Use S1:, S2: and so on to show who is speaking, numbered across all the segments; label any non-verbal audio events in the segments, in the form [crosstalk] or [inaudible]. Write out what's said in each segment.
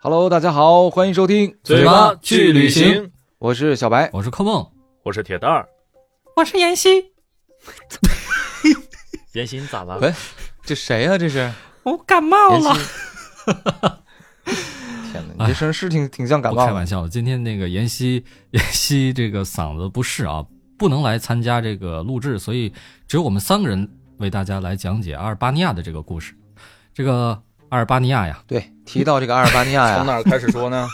S1: Hello，大家好，欢迎收听，
S2: 嘴巴去旅行，
S1: 我是小白。
S3: 我是柯梦，
S2: 我是铁蛋儿。
S3: 我是妍希，
S2: 妍希，你咋了？
S1: 喂，这谁呀、这是？
S3: 我感冒
S1: 妍希
S3: 了。。
S1: 天哪，你这声是挺挺像感
S3: 不
S1: 冒
S3: 开
S1: 的。
S3: 玩笑的，今天那个妍希， [laughs] 妍希这个嗓子不适啊，不能来参加这个录制，所以只有我们三个人为大家来讲解阿尔巴尼亚的这个故事。这个阿尔巴尼亚呀，
S1: 对，提到这个阿尔巴尼亚
S4: 从
S1: 哎
S2: [laughs]
S1: 呀，
S4: 哪儿开始说呢？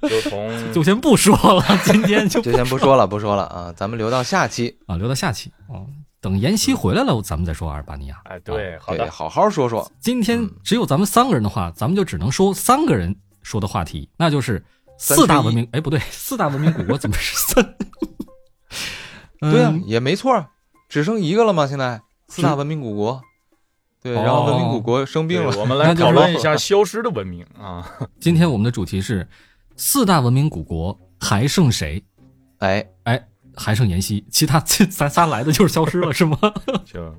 S2: 就
S1: 嗯
S2: 从
S3: 就先不说了，今
S1: [laughs]
S3: 天就
S1: 就先不说了，不说了啊，咱们留到下期。
S3: 啊留到下期啊，等妍希回来了，咱们再说阿尔巴尼亚。
S2: 哎，对，好
S1: 对，
S2: 的，
S1: 好好说说。
S3: 今天
S1: 嗯
S3: 只有咱们三个人的话，咱们就只能说三个人说的话题，那就是四大文明。哎，不对，四大文明古国怎么
S1: [laughs]
S3: 是三？
S1: 对呀、啊
S3: 嗯
S1: 也没错，只剩一个了吗？现在四大文明古国，对，
S3: 哦
S1: 然后文明古国生病
S2: 对
S1: 了，
S2: 我们
S3: 那
S2: 来
S3: 就
S2: 讨论
S1: 是
S2: 一下消失的文明啊。
S3: 今天我们的主题是四大文明古国还剩谁？
S1: 哎，
S3: 还剩妍希，其他咱仨来的就是消失了，是
S1: [laughs]
S3: 吗？
S2: 行，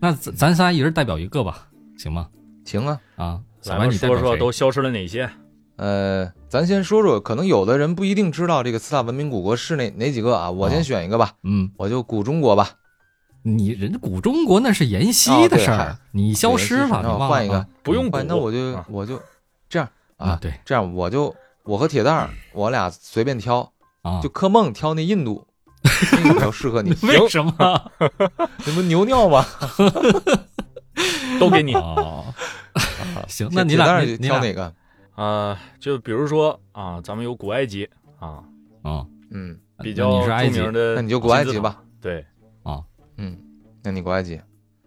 S3: 那咱咱仨一人代表一个吧，行吗？
S1: 行啊，
S3: 啊，小
S2: 咱
S3: 白
S2: 们
S3: 你代
S2: 说
S3: 表
S2: 说
S3: 谁
S2: 都消失了哪些？
S1: 呃，咱先说说，可能有的人不一定知道这个四大文明古国是哪哪几个啊，我先
S3: 哦
S1: 选一个吧，
S3: 嗯，
S1: 我就古中国吧，
S3: 你人家古中国那是妍希
S1: 哦
S3: 的
S1: 对
S3: 事儿
S1: 嗨，
S3: 你消失
S1: 对
S3: 了，
S1: 那
S3: 你
S1: 我
S3: 忘
S1: 换一
S3: 了
S1: 个
S3: 啊，
S2: 不
S1: 换，
S2: 用补
S1: 哎那我就
S2: 啊
S1: 我就这样
S3: 啊
S1: 啊，，
S3: 对
S1: 这样我就我和铁蛋儿，我俩随便挑，
S3: 啊
S1: 就，柯梦挑那印度，那个比较适合你，
S3: [laughs] 为什么？
S1: 那不牛尿吗？
S2: 都给
S1: [laughs]
S2: 你 [laughs]
S3: 哦，行，那
S1: 铁
S3: 你
S1: 铁蛋
S3: 俩
S1: 儿
S3: 你你
S1: 挑
S3: 俩
S1: 哪个？
S2: 啊。就比如说啊，咱们有古埃及啊，
S3: 啊，
S1: 嗯，
S2: 比
S3: 那
S2: 较
S3: 你是埃
S2: 著
S3: 及
S2: 名的，
S1: 那你就古埃及。吧，
S2: 对，
S3: 啊，
S1: 嗯，那你古埃及，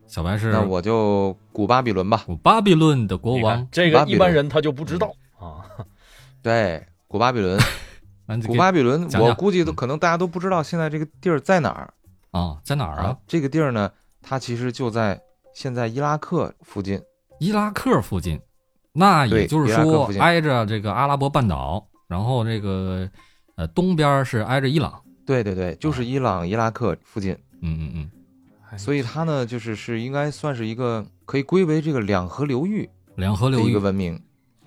S3: 小白嗯是
S1: 那我就古巴比伦吧，
S3: 古巴比伦的国
S2: 你看
S3: 王，
S2: 这
S1: 巴
S2: 个
S1: 比
S2: 一
S1: 伦
S2: 般人他就不知道啊。
S1: 对，古巴比
S3: [laughs]
S1: 伦，
S3: 那你就
S1: 古
S3: 给
S1: 巴比伦，
S3: 讲
S1: 我
S3: 讲
S1: 估计都可能大家都不知道现在这个地儿在哪儿
S3: 啊，在哪儿啊？，
S1: 这个地儿呢，它其实就在现在伊拉克附近，
S3: 伊拉克附近，那也
S1: 对
S3: 就是
S1: 伊拉克
S3: 说
S1: 附近
S3: 挨着这个阿拉伯半岛，然后这个呃东边是挨着伊朗，
S1: 对对对，
S3: 啊
S1: 就是伊朗、伊拉克附近。
S3: 嗯嗯嗯，
S1: 所以它呢，就是是应该算是一个可以归为这个两河流域
S3: 两河
S1: 的
S3: 流
S1: 一
S3: 域
S1: 个，文明，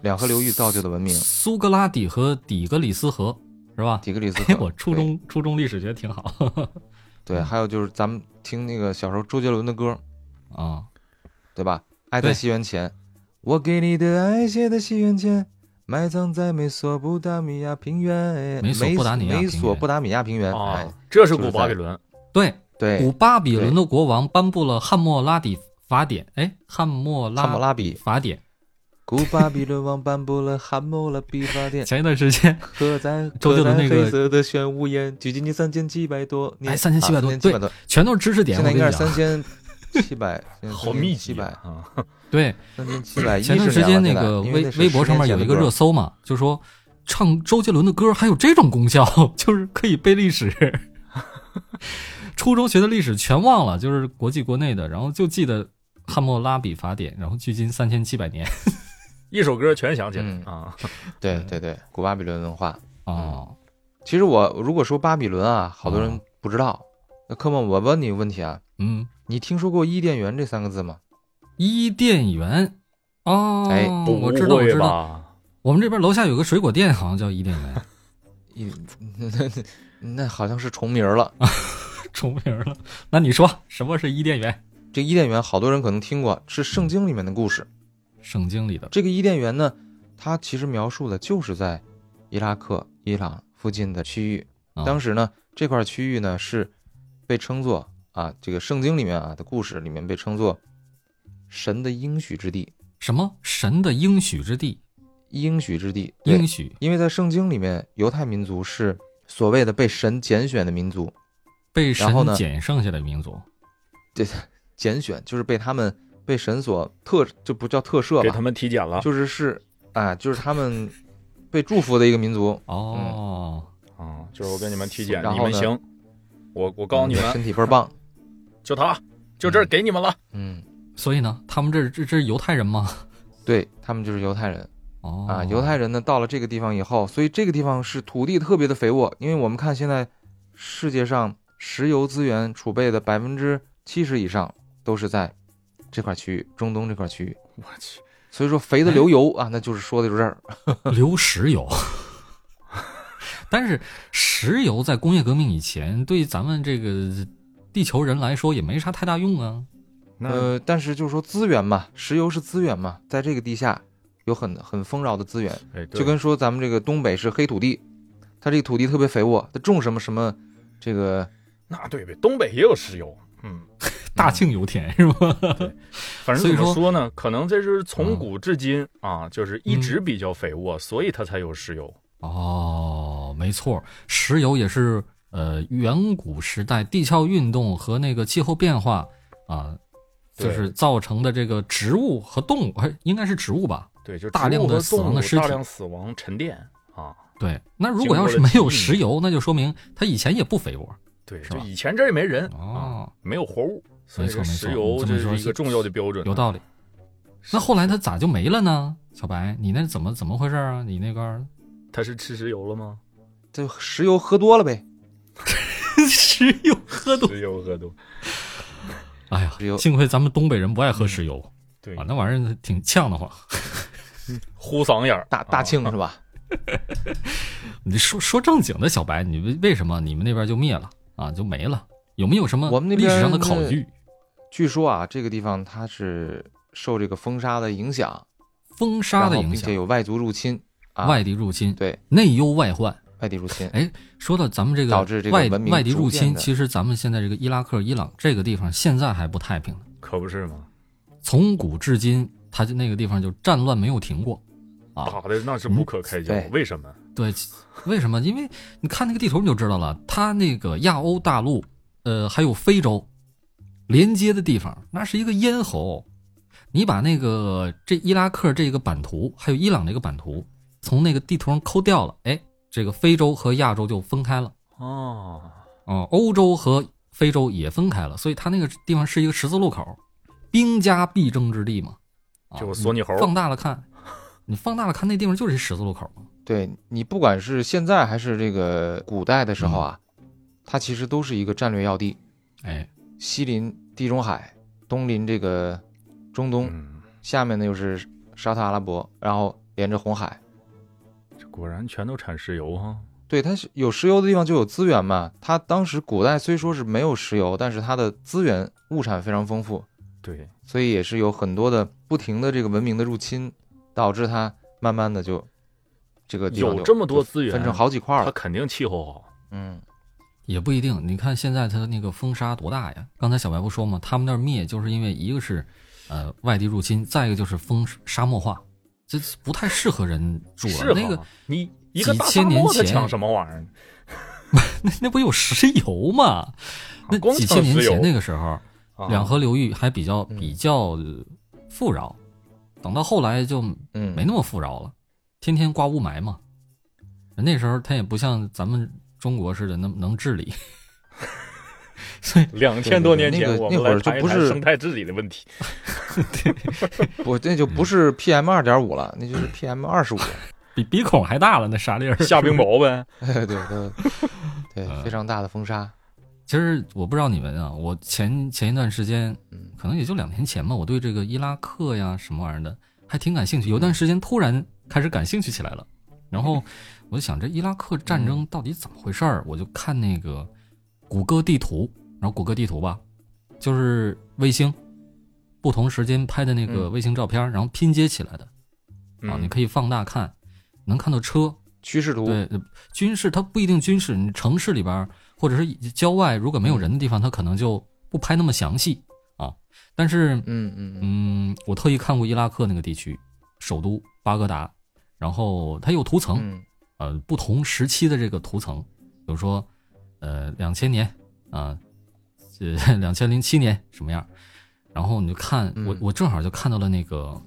S1: 两河流域造就的文
S3: [laughs]
S1: 明。
S3: 苏格拉底和底格里斯河是吧？
S1: 底格里斯河，
S3: 嘿哎我初中初中历史学挺好
S1: 对对，还有就是咱们听那个小时候周杰伦的歌，
S3: 啊，
S1: 对吧？爱在
S3: 对
S1: 西元前，我给你的爱写在西元前，埋葬在美索不达米亚平原，
S3: 美索不达米亚平原
S1: 美索不达米亚平原。哎
S2: 啊，，这是古
S1: 就是在
S2: 巴比伦。
S3: 对，古
S1: 对，
S3: 巴比伦的国王颁布了汉谟拉比法典，哎，汉谟拉
S1: 汉谟拉比，
S3: 法典，
S1: 古巴比伦王颁布了汉谟拉比法
S3: [laughs]
S1: 典，
S3: 前一段时间
S1: 刻在
S3: 周杰
S1: 刻在
S3: 伦那个
S1: 黑色的玄武岩，距今你三千七百多年，
S3: 哎3700多
S1: 啊
S3: 对
S1: 3700多
S3: 全都是知识点，
S1: 现
S3: 我
S1: 在
S3: 跟
S1: 应该
S3: 你讲啊
S1: 是，三千七百，
S3: [laughs]
S2: 好密
S1: 七
S2: 集
S1: 百，
S2: 啊！
S3: 对，
S1: 三千七百。
S3: 嗯前段时间那个微微博上面有一个热搜嘛，就说唱周杰伦的歌还有这种功效， [laughs] 就是可以背历史。 [laughs] 初中学的历史全忘了，就是国际国内的，然后就记得《汉谟拉比法典》，然后距今三千七百年
S2: 一首歌全想起来
S1: 嗯
S2: 啊，
S1: 对
S3: 嗯
S1: 对对，古巴比伦文化。
S3: 哦，
S1: 其实我如果说巴比伦啊，好多人不知道。那科梦，我问你个问题啊，
S3: 嗯，
S1: 你听说过伊甸园这三个字吗？
S3: 伊甸园哦，
S1: 哎
S3: 我知道
S2: 不
S3: 我
S2: 会
S3: 知道，
S2: 吧？
S3: 我们这边楼下有个水果店，好像叫伊甸园， [laughs]
S1: 伊 [laughs] 那好像是重名了。
S3: 重名了。那你说什么是伊甸园？
S1: 这伊甸园好多人可能听过，是圣经里面的故事。
S3: 圣经里的
S1: 这个伊甸园呢，它其实描述的就是在伊拉克、伊朗附近的区域。
S3: 啊
S1: 当时呢，这块区域呢是被称作啊，这个圣经里面啊的故事里面被称作神的应许之地，
S3: 嗯什么神的应许之地，
S1: 应许之地。对
S3: 应，许
S1: 因为在圣经里面，犹太民族是所谓的被神拣选的民族，
S3: 被
S1: 然后
S3: 神
S1: 呢
S3: 捡剩下的民族。
S1: 拣选就是被他们被神所特，这不叫特赦
S2: 给他
S1: 吧，
S2: 们体检了
S1: 就是是啊，就是他们被祝福的一个民族。
S3: 哦，
S2: 啊，就是我给你们体检，
S1: 然
S2: 你
S1: 后
S2: 们
S1: 呢
S2: 行。我我告诉你
S3: 嗯
S2: 们，
S1: 身体倍儿棒。
S2: 就他，就这儿给你们了。
S1: 嗯，
S3: 所以呢，他们这这这是犹太人吗？
S1: 对他们就是犹太人。
S3: 哦，
S1: 啊，犹太人呢到了这个地方以后，所以这个地方是土地特别的肥沃，因为我们看现在世界上石油资源储备的百分之七十以上都是在这块区域，中东这块区域，
S2: 我去，
S1: 所以说肥的流油
S2: 哎
S1: 啊，那就是说的就是这儿。
S3: 流石油。 [laughs] 但是石油在工业革命以前，对咱们这个地球人来说也没啥太大用啊。
S2: 那
S1: 呃，但是就是说资源嘛，石油是资源嘛，在这个地下有很很丰饶的资源，
S2: 哎，对
S1: 就跟说咱们这个东北是黑土地，它这个土地特别肥沃，它种什么什么这个
S2: 那对呗，东北也有石油，嗯，
S3: 大庆油田是吧？
S2: 反正
S3: 所以
S2: 怎么
S3: 说
S2: 说呢？可能这是从古至今啊，就是一直比较肥
S3: 嗯
S2: 沃，所以它才有石油。
S1: 嗯
S3: [laughs] 哦，没错，石油也是呃远古时代地壳运动和那个气候变化啊，就
S2: 对
S3: 是造成的这个植物和动物，哎，应该是植物吧？
S2: 对，就
S3: 大量的
S2: 植物和
S3: 死亡的
S2: 动物
S3: 尸体
S2: 大量死亡沉淀啊。
S3: 对，那如果要是没有石油，那就说明它以前也不肥沃。
S2: 对，
S3: 是
S2: 就
S3: 吧
S2: 以前这儿也没人啊
S3: 哦，
S2: 没有活物，所以
S3: 没错
S2: 这石油
S3: 没错
S2: 这
S3: 你这么
S2: 是
S3: 说
S2: 一个重要的标准。啊
S3: 有道理。那后来它咋就没了呢？小白，你那怎么怎么回事啊？你
S1: [laughs]
S3: 那边
S2: 他是吃石油了
S3: [laughs]
S2: 吗？
S1: 这石油喝多了呗，
S3: 石油喝多，
S2: 石油喝多。
S3: 哎呀
S1: 石油，嗯
S3: 幸亏咱们东北人不爱喝石油
S2: 对
S3: 啊，，那玩意儿挺呛得慌。
S2: 呼嗓眼儿，
S1: 大大
S2: 啊 [laughs]
S1: 庆是吧？
S3: 你说说正经的，小白，你为为什么你们那边就灭了啊，就没了？有没有什么
S1: 我们那
S3: 历
S1: 边
S3: 史上的考据？
S1: 据说啊，这个地方它是受这个风沙的影响，
S3: 风沙
S1: 然
S3: 的
S1: 后
S3: 影
S1: 并且
S3: 响，
S1: 有外族入侵啊，
S3: 外敌入侵，
S1: 对
S3: 内忧外患。
S1: 外地入侵，
S3: 哎，说到咱们这个
S1: 导致这个
S3: 外
S1: 文明
S3: 外敌入
S1: 逐渐
S3: 侵，
S1: 地
S3: 其实咱们现在这个伊拉克、伊朗这个地方现在还不太平呢。
S2: 可不是吗？
S3: 从古至今，它就那个地方就战乱没有停过啊。
S2: 打的那是不可开交
S1: 对，
S2: 为什么？
S3: 对，为什么？因为你看那个地图你就知道了，它那个亚欧大陆，呃，还有非洲连接的地方，那是一个咽喉。你把那个这伊拉克这个版图，还有伊朗这个版图，从那个地图上抠掉了，哎，这个非洲和亚洲就分开了，
S2: 哦，
S3: 嗯、欧洲和非洲也分开了，所以它那个地方是一个十字路口，兵家必争之地嘛。啊
S2: 就索尼猴
S3: 放大了看，你放大了看，那地方就是一十字路口嘛。
S1: 对你不管是现在还是这个古代的时候啊，它其实都是一个战略要地，
S3: 哎，
S1: 西临地中海，东临这个中东，
S2: 嗯，
S1: 下面呢又是沙特阿拉伯，然后连着红海。
S2: 这果然全都产石油哈。
S1: 对，它是有石油的地方就有资源嘛。它当时古代虽说是没有石油，但是它的资源物产非常丰富，
S2: 对，
S1: 所以也是有很多的不停的这个文明的入侵，导致它慢慢的就这个地方
S2: 有
S1: 就
S2: 这么多资源
S1: 分成好几块
S2: 它
S1: 了。
S2: 肯定气候好。
S1: 嗯，
S3: 也不一定。你看现在它那个风沙多大呀？刚才小白不说嘛，他们那儿灭就是因为一个是，呃，外地入侵，再一个就是风沙漠化，这不太适合人住
S2: 是
S3: 了。那
S2: 哈
S3: 个 [laughs]
S2: 你一个
S3: 几
S2: 大
S3: 千
S2: 沙
S3: 年
S2: 漠，它
S3: 前
S2: 抢什么玩意儿？
S3: 那那不有石油嘛？那
S2: 啊光
S3: 几
S2: 抢
S3: 千年
S2: 石油
S3: 前那个时候，
S2: 啊
S3: 两河流域还比较
S1: 嗯
S3: 比较富饶，等到后来就
S1: 嗯，
S3: 没那么富饶了，天天刮雾霾嘛。那时候它也不像咱们中国似的能能治理，所以
S2: 两千多年
S1: 那
S2: 前，
S1: 个
S2: 我们
S1: 那会儿
S2: 来
S1: 就
S2: 谈一
S1: 不
S2: 谈
S1: 是
S2: 生态治理的问题。
S1: 不，那就不是 PM 二点五了，那就是 PM 二十五。
S3: [laughs]
S1: [laughs]
S3: 比鼻孔还大了那沙粒儿。
S2: 下冰雹呗，
S1: 对对对，对，非常大的风沙。
S3: 其实我不知道你们啊，我前前一段时间
S1: 嗯，
S3: 可能也就两年前吧，我对这个伊拉克呀什么玩意儿的还挺感兴趣，有段时间突然开始感兴趣起来了。然后我就想，这伊拉克战争到底怎么回事儿？我就看那个谷歌地图，然后谷歌地图吧，就是卫星不同时间拍的那个
S1: 嗯
S3: 卫星照片，然后拼接起来的啊，
S2: 嗯
S3: 你可以放大看，能看到车，
S1: 趋势图，
S3: 对，呃军事它不一定军事，你城市里边儿或者是郊外，如果没有人的地方，它可能就不拍那么详细啊。但是，
S1: 嗯嗯嗯，
S3: 嗯，我特意看过伊拉克那个地区，首都巴格达，然后它有图层，
S1: 嗯
S3: 呃，不同时期的这个图层，比如说，呃，两千年啊，呃，两千零七年什么样儿，然后你就看
S1: 嗯
S3: 我，我正好就看到了那个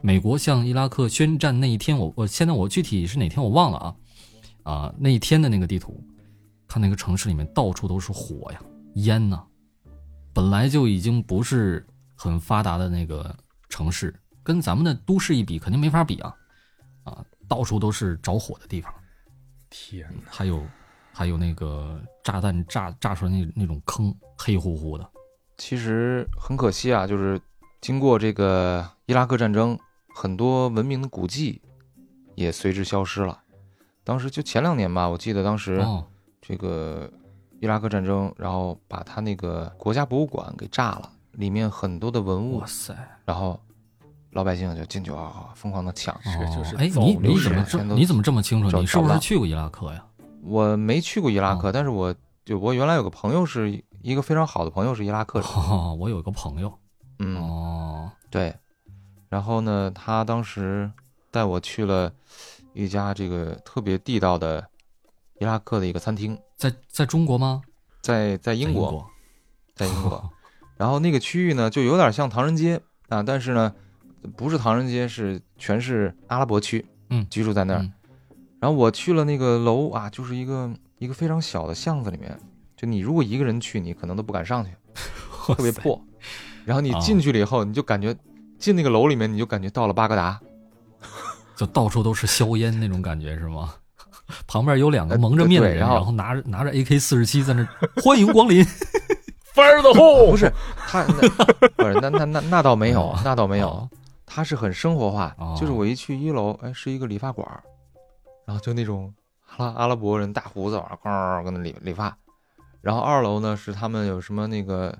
S3: 美国向伊拉克宣战那一天，我我现在我具体是哪天我忘了啊，啊那一天的那个地图，看那个城市里面到处都是火呀烟呐、本来就已经不是很发达的那个城市，跟咱们的都市一比，肯定没法比啊，啊，到处都是着火的地方。
S2: 天哪，
S3: 还有还有那个炸弹炸炸出来那那种坑，黑乎乎的。
S1: 其实很可惜啊，就是经过这个伊拉克战争很多文明的古迹也随之消失了。当时就前两年吧，我记得当时
S3: 哦，
S1: 这个伊拉克战争，然后把他那个国家博物馆给炸了，里面很多的文物
S3: 哇，塞，
S1: 然后老百姓就进去啊，疯狂的抢。
S2: 是
S3: 哦
S2: 就是
S3: 哎，
S2: 走
S3: 你
S2: 流
S3: 你怎么
S1: 水
S3: 这
S1: 全都
S3: 你怎么这么清楚？
S1: 找
S3: 你是不
S1: 找
S3: 是
S1: 到
S3: 去过伊拉克呀？
S1: 我没去过伊拉克，但是我就我原来有个朋友是一个非常好的朋友是伊拉克人，
S3: 哦， [laughs] 我有一个朋友，
S1: 嗯，
S3: 哦，
S1: 对。然后呢，他当时带我去了一家这个特别地道的伊拉克的一个餐厅，
S3: 在在中国吗？
S1: 在在
S3: 在
S1: 英
S3: 英
S1: 国，
S3: 国，
S1: 在英
S3: [laughs]
S1: 国。然后那个区域呢，就有点像唐人街啊，但是呢，不是唐人街，是全是阿拉伯区，
S3: 嗯
S1: 居住在那儿。
S3: 嗯
S1: 然后我去了那个楼啊，就是一个一个非常小的巷子里面，就你如果一个人去，你可能都不敢上去，[laughs]
S3: 哇
S1: 特别
S3: 塞
S1: 破。然后你
S3: 啊
S1: 进去了以后，你就感觉进那个楼里面，你就感觉到了巴格达。
S3: 就到处都是硝烟那种感觉是吗？ [laughs] 旁边有两个蒙着
S1: 呃
S3: 面的
S1: 对
S3: 人，
S1: 然后
S3: 然后拿着拿着 AK 四十七在那儿欢迎光临。
S2: ，fire the hole，
S1: 不是他，那不是那那那那倒没有
S3: [laughs] 哦，
S1: 那倒 [laughs] 没有
S3: 哦，
S1: 它是很生活化
S3: 哦。
S1: 就是我一去一楼，哎，是一个理发馆儿，然后就那种阿拉阿拉伯人大胡子往上咣跟那理理发，然后二楼呢是他们有什么那个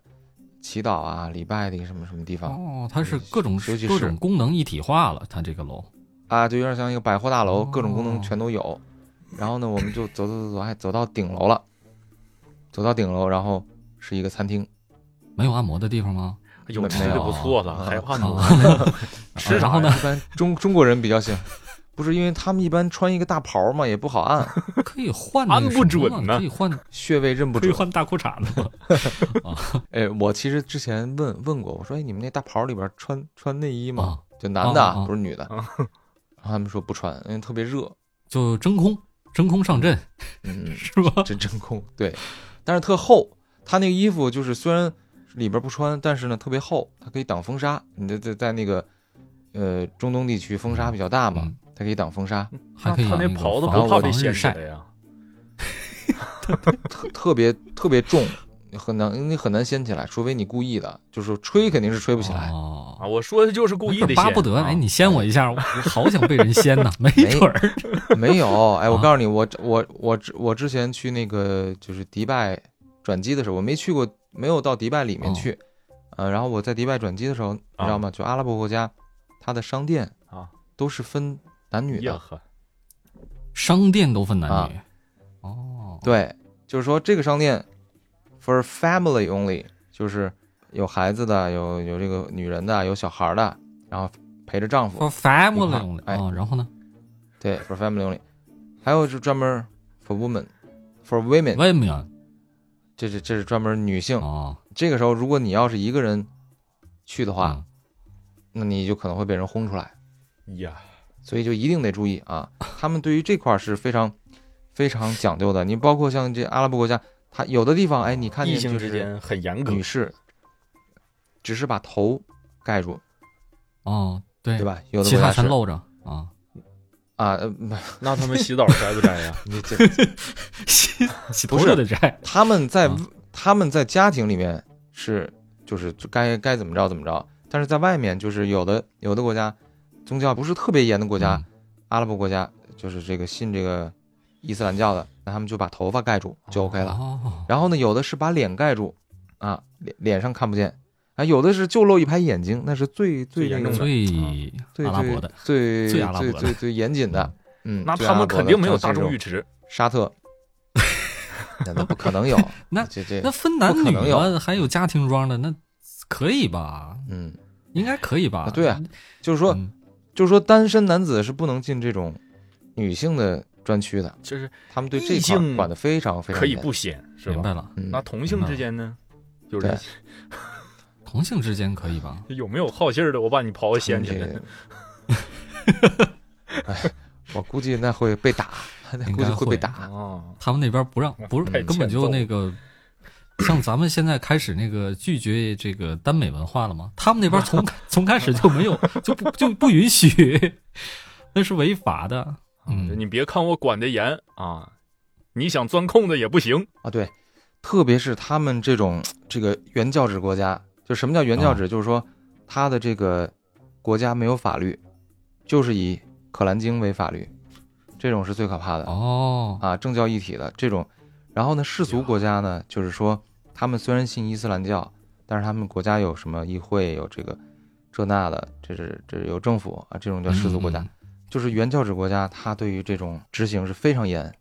S1: 祈祷啊、礼拜的一个什么什么地方
S3: 哦，它是各种
S1: 休息室
S3: 各种功能一体化了，它这个楼。
S1: 啊，就有点像一个百货大楼，各种功
S3: 哦
S1: 能全都有。然后呢，我们就走走走走，哎，走到顶楼了，走到顶楼，然后是一个餐厅，
S3: 没有按摩的地方吗？
S2: 有
S1: 没
S2: 吃的
S1: 有
S2: 不错的，
S1: 啊
S2: 还怕呢？
S3: 啊，
S2: 吃
S3: 然
S2: 啥
S3: 后呢
S2: 呀？
S1: 一般中中国人比较喜欢，不是因为他们一般穿一个大袍嘛，也不好
S3: [laughs]
S1: 按，
S3: 可以换那个
S2: 按不准
S3: 什么啊
S2: 呢
S3: 可以换
S1: 穴位认不
S3: 可以
S1: 准。
S3: 换大裤衩子吗？
S1: 哎，我其实之前问问过，我说哎，你们那大袍里边穿穿内
S2: 嗯
S1: 衣吗？
S3: 啊，
S1: 就男的，
S3: 啊啊
S1: 啊，不是女的。
S2: 啊
S1: 然后他们说不穿，因为特别热。
S3: 就真空真空上阵
S1: 嗯，
S3: [laughs]
S1: 嗯
S3: 是吧？
S1: 真真空对，但是特厚。他那个衣服就是虽然里边不穿，但是呢特别厚，它可以挡风沙。你在在在那个呃中东地区风沙比较大嘛，
S3: 嗯
S1: 它可以挡风沙，
S3: 还可以
S2: 他那
S3: 个
S2: 袍子
S3: 防
S2: 不怕被
S3: 防
S2: 显
S3: 日
S2: 示
S3: 晒
S2: 的呀？
S1: 特特别特别重，很难你很难掀起来，除非你故意的，就是说吹肯定是吹不起来。
S3: 哦
S2: 啊，我说的就是故意的
S3: 这
S2: 显，
S3: 巴不得
S2: 啊
S3: 哎，你掀我
S2: [laughs]
S3: 一下，我好想被人掀呐，没准儿
S1: 没有，哎，我
S3: 啊
S1: 告诉你，我我我之我之前去那个就是迪拜转机的时候，我没去过，没有到迪拜里面去，呃，然后我在迪拜转机的时候，你知道吗？就阿拉伯国家，它的商店
S2: 啊
S1: 都是分男女的，
S2: 呀呵，
S3: 商店都分男
S1: 啊
S3: 女。哦，
S1: 对，就是说这个商店 for family only，就是有孩子的，有有这个女人的，有小孩的，然后陪着丈夫，
S3: ，for family
S1: 哎
S3: 用的啊，然后呢
S1: 对，for family only，还有是专门 for woman，for
S2: 哎
S1: women，
S3: ，women
S1: 这是这是专门女
S2: 嗯
S1: 性。
S3: 啊，
S1: 这个时候，如果你要是一个人去的话，
S3: 嗯
S1: 那你就可能会被人轰出来，
S2: 呀，
S1: 所以就一定得注意啊。他们对于这块儿是非常非常讲究的。你包括像这阿拉伯国家，它有的地方，哎，你看
S2: 异
S1: 见
S2: 性
S1: 就
S2: 之
S1: 是
S2: 间很严格 [laughs]
S1: 女士只是把头盖住，
S3: 哦，对
S1: 对？吧？有的
S3: 其
S1: 国
S3: 他
S1: 家是
S3: 全露着啊，
S1: 啊，呃，不
S2: 那他们洗澡摘不摘呀？ [laughs]
S1: 你这
S3: 洗洗
S1: 不是
S3: 得摘
S1: 他们在
S3: 啊
S1: 他们在家庭里面是就是该该怎么着怎么着，但是在外面就是有的有的国家宗教不是特别严的国
S3: 国
S1: 家，阿拉伯国家就是这个信这个伊斯兰教的，那他们就把头发盖住就 OK 了。
S3: 哦，
S1: 然后呢，有的是把脸盖住，啊，脸脸上看不见，啊，有的是就露一排眼睛，那是最最
S2: 最严
S1: 那
S2: 重
S1: 个
S2: 的
S1: 最
S3: 最
S1: 最
S2: 啊
S3: 阿拉伯的，
S1: 最
S3: 最阿拉伯
S1: 最
S3: 的
S1: 最最严谨的。嗯，
S2: 那
S1: 最
S2: 他
S1: 阿拉
S2: 们
S1: 伯
S2: 肯
S1: 的
S2: 定没有
S1: 像这
S2: 大众
S1: 种
S2: 浴池，
S1: 沙
S2: [laughs]
S1: 特，那那不可能有。
S3: 那
S1: 这这
S3: 那分男
S1: 不可
S3: 女
S1: 能有
S3: 了，还有家庭装的，那可以吧？
S1: 嗯，
S3: 应该可以吧
S1: 啊？对啊就是说
S3: 嗯
S1: 就是说单身男子是不能进这种女性的专区的，
S2: 就是
S1: 他们对
S2: 异
S1: 这块
S2: 性
S1: 儿管的非常非常
S2: 可以
S1: 严
S2: 不显，是
S3: 明
S2: 吧
S3: 白？了，
S1: 嗯
S2: 那同性之间呢？有人
S3: 同性之间可以吧？
S2: 有没有好信儿的？我把你袍子掀起来。
S1: 嗯 [laughs] 哎，我估计那会被打，那
S3: 应
S1: 估
S3: 该
S1: 计
S3: 会嗯
S1: 被打。
S2: 哦，
S3: 他们那边不让，不
S2: 太
S3: 是根
S2: 欠
S3: 本
S2: 揍
S3: 就
S2: 了
S3: 那个，像咱们现在开始那个拒绝这个耽美文化了吗？他们那边
S1: [laughs]
S3: 从从开始就没有，就不就不允许， [laughs] 那是违法的。嗯，
S2: 你别看我管得严啊，你想钻空子也不行。 [laughs]
S1: 啊，对，特别是他们这种这个原
S3: 哦
S1: 教旨国家，就什么叫原教旨？就是说他的这个国家没有法律，就是以《可兰经》为法律，这种是最可怕的
S3: 哦，
S1: 啊，政教一体的这种。然后呢，世俗国家呢，就是说他们虽然信伊斯兰教，但是他们国家有什么议会，有这个这那的，这是这是有政府啊，这种叫世俗国家。
S3: 嗯
S1: 就是原教旨国家，它对于这种执行是非常严。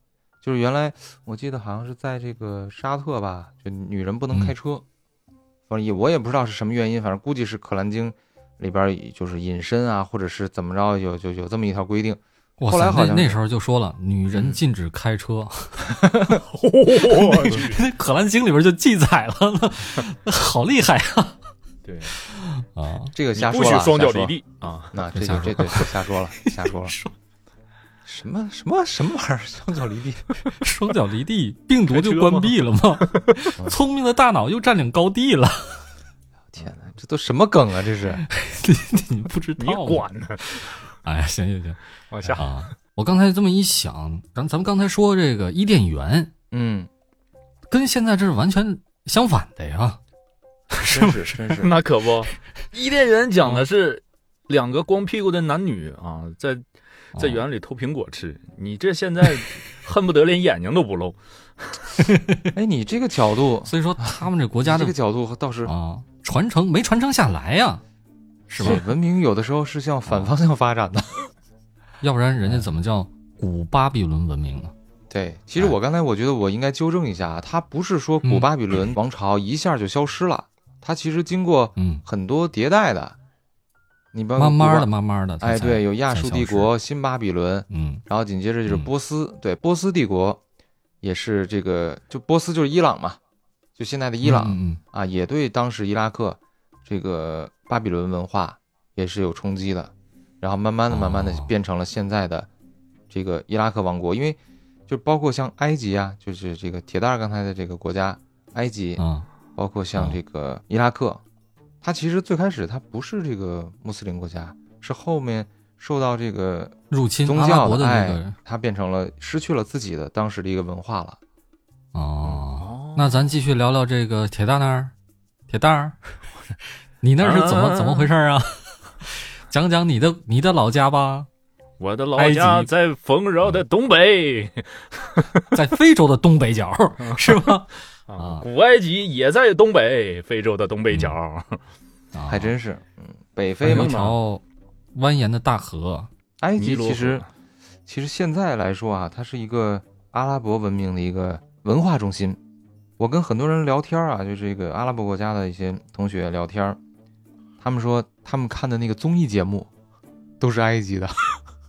S1: 就是原来我记得好像是在这个沙特吧，就女人不能开车，反正也我也不知道是什么原因，反正估计是《可兰经》里边就是隐身啊，或者是怎么着，有就有这么一条规定。
S3: 嗯哇
S1: 后来
S3: 塞
S1: 好像
S3: 那那
S1: 是
S3: 时候就说了，女人禁止开车，
S2: 我去，
S3: [laughs] 那《可兰经》里边就记载了，那好厉害
S2: 对，
S3: 啊！
S1: 这个瞎
S2: 不
S1: 说
S2: 许
S1: 了，
S2: 双脚
S1: 瞎说
S2: 离地啊！
S1: 那
S3: 这
S1: 这
S3: 瞎
S1: 个这
S3: 说
S1: 个瞎说
S3: [laughs]
S1: 了，瞎说了。
S3: 双
S1: 什么什么什么玩意儿？ [laughs] 双脚离地？
S3: 双脚离地，病毒
S2: 开车
S3: 就关
S2: 吗
S3: 闭了吗？ [laughs] 聪明的大脑又占领高地了， [laughs]
S1: 天哪，这都什么梗啊？这是
S3: 你不知
S2: 你
S3: 道吗？
S2: 管呢？
S3: 哎呀，行行行
S2: [laughs] 往下，
S3: 啊！我刚才这么一想，咱咱们刚才说这个伊甸园， [laughs]
S1: 嗯，
S3: 跟现在这是完全相反的呀，是
S1: 真是真是
S2: 那可不，伊甸园讲的是两个光屁股的男女啊，在
S3: 啊
S2: 在园里偷苹果吃。你这现在恨不得连眼睛都不露，
S1: 哎，你这个角度，
S3: 所以说他们这国
S1: 啊
S3: 家
S1: 你
S3: 的
S1: 这个角度倒是
S3: 啊传承没传承下来呀，是哦吧？
S1: 文明有的时候是向反方向发展的。
S3: 要不然人
S1: 哎
S3: 家怎么叫古巴比伦文明呢？
S1: 对，其
S3: 哎
S1: 实我刚才我觉得我应该纠正一下，啊它不是说
S3: 嗯
S1: 古巴比伦王朝一下就消失了，它其实经过
S3: 嗯，
S1: 很多迭代的。你包括
S3: 慢慢的，
S1: 呃古巴，
S3: 慢慢的，它
S1: 哎，
S3: 才
S1: 对，有亚
S3: 才
S1: 述
S3: 消
S1: 帝
S3: 失
S1: 国、新巴比伦，
S3: 嗯
S1: 然后紧接着就是
S3: 嗯
S1: 波斯，对，波斯帝国也是这个，就波斯就是伊朗嘛，就现在的伊朗、
S3: 嗯嗯
S1: 啊，也对当时伊拉克这个巴比伦文化也是有冲击的，然后慢慢的、慢慢的
S3: 哦
S1: 变成了现在的这个伊拉克王国，因为就包括像埃及啊，就是这个铁蛋儿刚才的这个国家埃及
S3: 嗯，啊
S1: 包括像这个伊拉克，它其实最开始它不是这个穆斯林国家，是后面受到这个
S3: 入侵
S1: 宗
S3: 阿拉
S1: 教
S3: 伯
S1: 的
S3: 的那
S1: 哎
S3: 个
S1: 它变成了失去了自己的当时的一个文化了。
S3: 哦，那咱继续聊聊这个铁蛋那儿，铁蛋儿， [laughs] 你那儿是怎么、
S2: 啊
S3: 怎么回事儿啊？ [laughs] 讲讲你的你的老家吧，
S2: 我的老家
S3: 埃及
S2: 在丰饶的东北
S3: 在非洲的东北角
S1: [laughs]
S3: 是
S1: 哦
S3: 吧？啊
S2: 啊，古埃及也在东北，非洲的东北角。
S3: 啊
S1: 还真是，嗯，北
S3: 还
S1: 非
S3: 有
S1: 嘛
S3: 一，条蜿蜒的大河，
S1: 埃
S2: 尼
S1: 及
S2: 罗
S1: 其实
S2: 河
S1: 其实现在来说啊，它是一个阿拉伯文明的一个文化中心。我跟很多人聊天啊，就这个阿拉伯国家的一些同学聊天儿，他们说他们看的那个综艺节目都是埃及的。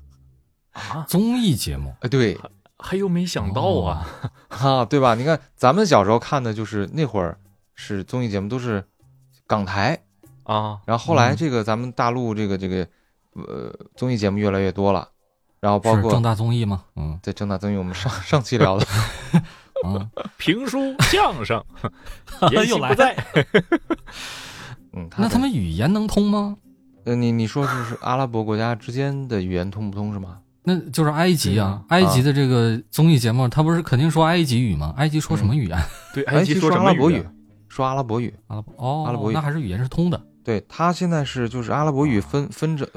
S1: [laughs]
S2: 啊，
S3: 综艺节目哦
S1: 哎，对
S2: 还有没想到啊，
S1: 啊，对吧？你看咱们小时候看的就是那会儿是综艺节目都是港台，
S2: 啊，
S1: 然后后来
S3: 嗯
S1: 这个咱们大陆这个这个呃综艺节目越来越多了，然后包
S3: 是正
S1: 括
S3: 大综艺吗？嗯
S1: 对正大综艺，我们上上期聊的。
S3: [laughs] 啊，
S2: 评书、相声，延
S3: 又
S2: 禧
S3: 来
S2: 不在，
S1: 嗯，
S3: 那他
S1: 们。
S3: 们语言能通吗？
S1: 呃，你你说是是阿拉伯国家之间的语言通不通是吗？
S3: 那就是埃及啊，
S1: 对
S3: 埃
S1: 呀
S3: 及的这个综艺节目，他不是肯定说埃及语吗？埃及说什么
S1: 嗯
S3: 语言？
S2: 对，
S1: 埃
S2: 及
S1: 说
S2: 什
S1: 阿拉
S2: 么
S1: 伯
S2: 语啊
S1: 语？，说阿拉伯语。
S3: 阿拉伯哦，
S1: 阿拉伯语
S3: 那还是语言是通的。
S1: 对，它现在是就是阿拉伯语分分着，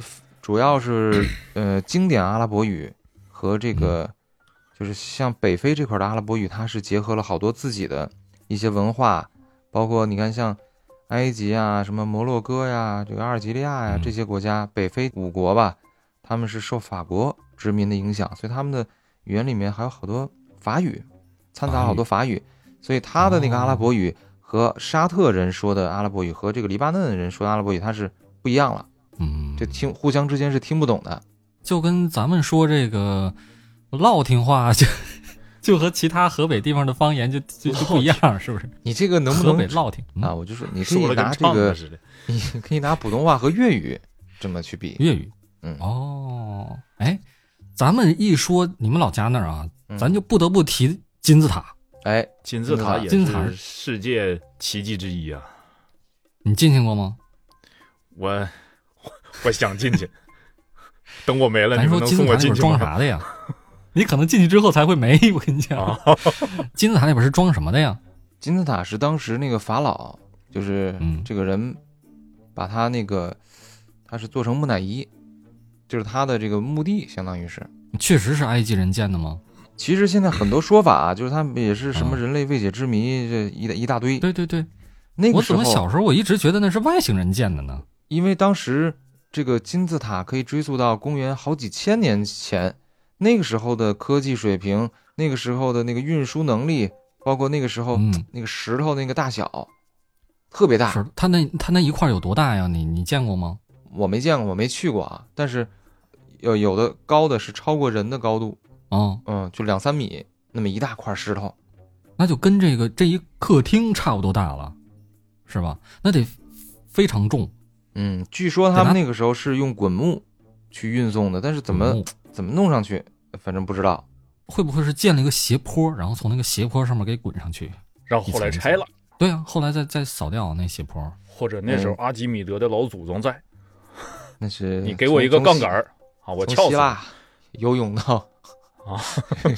S1: 主要是呃经典阿拉伯语和这个就是像北非这块的阿拉伯语，它是结合了好多自己的一些文化，包括你看像埃及啊、什么摩洛哥呀、这个阿尔及利亚呀、
S3: 嗯
S1: 这些国家，北非五国吧，他们是受法国殖民的影响，所以他们的语言里面还有好多法语，掺杂
S3: 法
S1: 了好
S3: 语
S1: 多法语，所以他的那个阿拉伯语和沙特人说的阿拉伯语和这个黎巴嫩人说的阿拉伯语它是不一样了，
S3: 嗯，
S1: 这听互相之间是听不懂的。
S3: 就跟咱们说这个烙听话，就 [laughs] 就和其他河北地方的方言就就就不一样，是不是？
S1: 你这个能不
S3: 河
S1: 能
S3: 北烙听
S1: 啊？
S3: 嗯
S1: 我就说你可
S2: 说
S1: 以
S2: 了
S1: 拿
S2: 跟
S1: 这
S2: 唱
S1: 个
S2: 的，似的。
S1: [laughs] 你可以拿普通话和粤语这么去比。
S3: 粤语
S1: 嗯，
S3: 哦，哎，咱们一说你们老家那儿啊，
S1: 嗯
S3: 咱就不得不提金字塔。
S1: 哎，
S2: 金字塔也
S3: 金字塔
S2: 是世界奇迹之一啊！
S3: 你进去过吗？
S2: 我我我想进去，等我没了，
S3: 咱
S2: 你们
S3: 说
S2: 能
S3: 金字
S2: 送
S3: 塔
S2: 我
S3: 里
S2: 进
S3: 边
S2: 去
S3: 装
S2: 吗？
S3: 啥的呀？ [laughs] 你可能进去之后才会没， [laughs] 我跟你讲，
S2: 啊，
S1: 哦
S3: 金字塔里边是装什么的呀？
S1: 金字塔是当时那个法老，就是
S3: 嗯
S1: 这个人把他那个他是做成木乃伊，就是他的这个墓地，相当于是。
S3: 确实是埃及人建的吗？
S1: 其实现在很多说法、啊，就是他们也是什么人类未解之谜，这一大一大堆。
S3: 对对对，
S1: 那个
S3: 我
S1: 时
S3: 怎
S1: 候
S3: 么小时候我一直觉得那是外星人建的呢？
S1: 因为当时这个金字塔可以追溯到公元好几千年前，那个时候的科技水平，那个时候的那个运输能力，包括那个时候、
S3: 嗯
S1: 那个石头那个大小，特别大。
S3: 是他那他那一块有多大呀？你你见过吗？
S1: 我没见过，我没去过啊，但是有有的高的是超过人的高度，
S3: 哦，
S1: 嗯，就两三米那么一大块石头。
S3: 那就跟这个这一客厅差不多大了，是吧？那得非常重。
S1: 嗯，据说他们那个时候是用滚木去运送的，但是怎么
S3: 嗯
S1: 怎么弄上去，反正不知道。
S3: 会不会是建了一个斜坡，然后从那个斜坡上面给滚上去？
S2: 然后后来拆了，
S3: 对啊，后来再再扫掉那斜坡。
S2: 或者那时
S1: 嗯
S2: 候阿基米德的老祖宗在，
S1: 那是
S2: 你给我一个
S1: 从从
S2: 杠杆儿啊，我
S1: 从
S2: 撬
S1: 希
S2: 死你。
S1: 腊游泳到
S2: 啊，
S1: [laughs]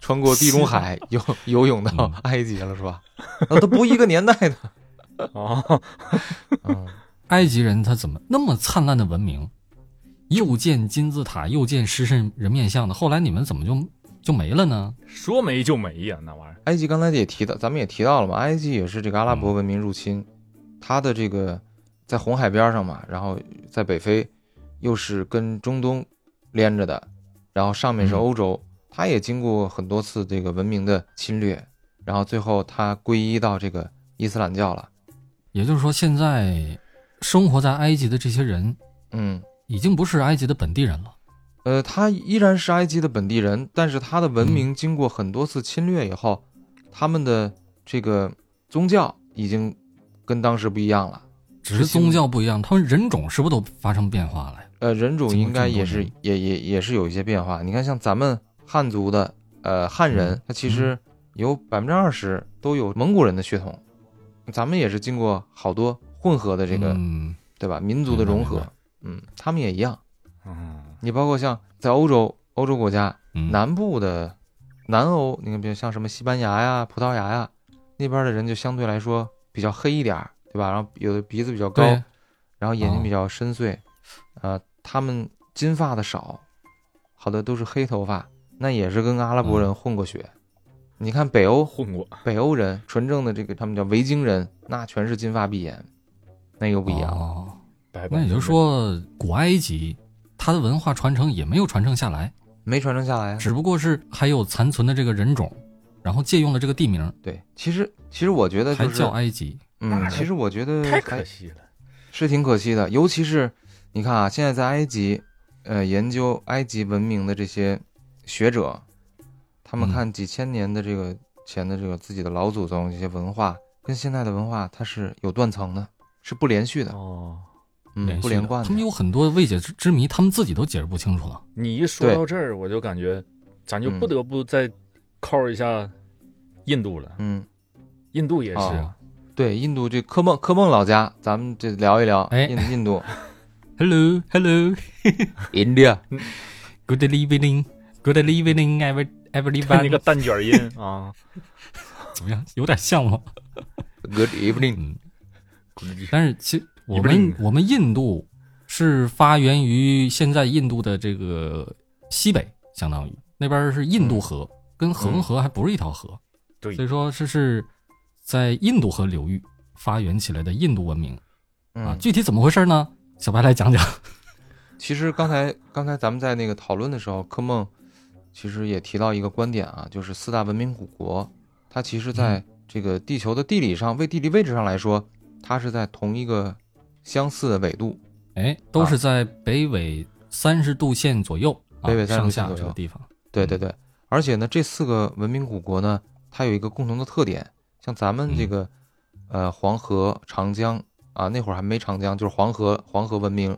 S1: 穿过地中海游游泳到埃及了是吧？那都不一个年代的。
S2: 啊， [laughs]
S1: 嗯，
S3: 埃及人他怎么那么灿烂的文明，又建金字塔，又建狮身人面像的，后来你们怎么就就没了呢？
S2: 说没就没呀，那玩意儿。
S1: [laughs] 埃及刚才也提到，咱们也提到了嘛，埃及也是这个阿拉伯文明入侵，它的这个在红海边上嘛，然后在北非又是跟中东连着的，然后上面是
S3: 嗯
S1: 欧洲，它也经过很多次这个文明的侵略，然后最后它皈依到这个伊斯兰教了。
S3: 也就是说，现在生活在埃及的这些人
S1: 嗯，
S3: 已经不是埃及的本地人了。
S1: 呃，他依然是埃及的本地人，但是他的文明经过很多次侵略以后，他们的这个宗教已经跟当时不一样了。
S3: 只是宗教不一样，他们人种是不是都发生变化了呀？
S1: 呃，人种应该也
S3: 这
S1: 是
S3: 么
S1: 也也也是有一些变化。你看，像咱们汉族的呃汉人
S3: 嗯，
S1: 他其实有百分之二十都有蒙古人的血统，咱们也是经过好多混合的这个、
S3: 嗯，
S1: 对吧民族的
S3: 明白
S1: 融
S3: 明
S1: 合
S3: 白，
S1: 嗯，他们也一样。
S2: 嗯，
S1: 你包括像在欧洲欧洲国家，
S3: 嗯
S1: 南部的南欧，你看，比如像什么西班牙呀、葡萄牙呀，那边的人就相对来说比较黑一点儿，对吧？然后有的鼻子比较高，
S3: 对，哦
S1: 然后眼睛比较深邃，呃，他们金发的少，好的都是黑头发，那也是跟阿拉
S3: 嗯
S1: 伯人混过血。你看北欧，
S2: 混过，
S1: 北欧人纯正的这个他们叫维京人，那全是金发碧眼，那又不一样了。
S3: 哦。
S2: 拜拜。
S3: 那也就是，说，古埃及它的文化传承也没有传承下来，
S1: 没传承下来啊。
S3: 只不过是还有残存的这个人种，然后借用了这个地名，
S1: 对，其实其实我觉得
S3: 还
S1: 就是
S3: 叫，埃及。
S1: 嗯，其实我觉得
S2: 太
S1: 还
S2: 可惜了。
S1: 是挺可惜的，尤其是你看啊，现在在埃及，呃，研究埃及文明的这些学者，他们
S3: 嗯
S1: 看几千年的这个前的这个自己的老祖宗这些文化，跟现在的文化它是有断层的，是不连续的，
S2: 哦，
S1: 嗯，不连贯
S3: 他们
S1: 的。
S3: 有很多未解之之谜，他们自己都解释不清楚了。
S2: 你一说
S1: 对
S2: 到这儿，我就感觉咱就
S1: 嗯
S2: 不得不再扣一下印度了。
S1: 嗯，
S2: 印度也是
S1: 哦
S2: 啊，
S1: 对，印度这科孟科孟老家，咱们这聊一聊
S3: 哎
S1: 印印度
S3: Hello, hello,
S1: [laughs] India，
S3: good evening, good evening, every
S1: [laughs]
S2: 看那
S3: everybody
S2: 个。蛋卷音啊，
S3: 怎么样？有点像吗？
S1: Good evening，
S3: 嗯，但是其实我们
S2: Evening
S3: 我们印度是发源于现在印度的这个西北，相当于那边是印度
S1: 嗯
S3: 河，跟恒河还不是一条河，
S2: 对
S3: 所以说这是在印度河流域发源起来的印度文明啊。
S1: 嗯，
S3: 具体怎么回事呢？小白来讲讲。
S1: 其实刚才刚才咱们在那个讨论的时候，科梦其实也提到一个观点啊，就是四大文明古国，它其实在这个地球的地理上、为地理位置上来说，它是在同一个相似的纬度。
S3: 哎，都
S1: 啊
S3: 是在北纬三十度线左右，啊
S1: 北纬30
S3: 上
S1: 度
S3: 下
S1: 线左
S3: 这个
S1: 右
S3: 地方。
S1: 对对对，而且呢，这四个文明古国呢，它有一个共同的特点，像咱们
S3: 嗯
S1: 这个、呃黄河、长江啊，那会儿还没长江，就是黄河黄河文明。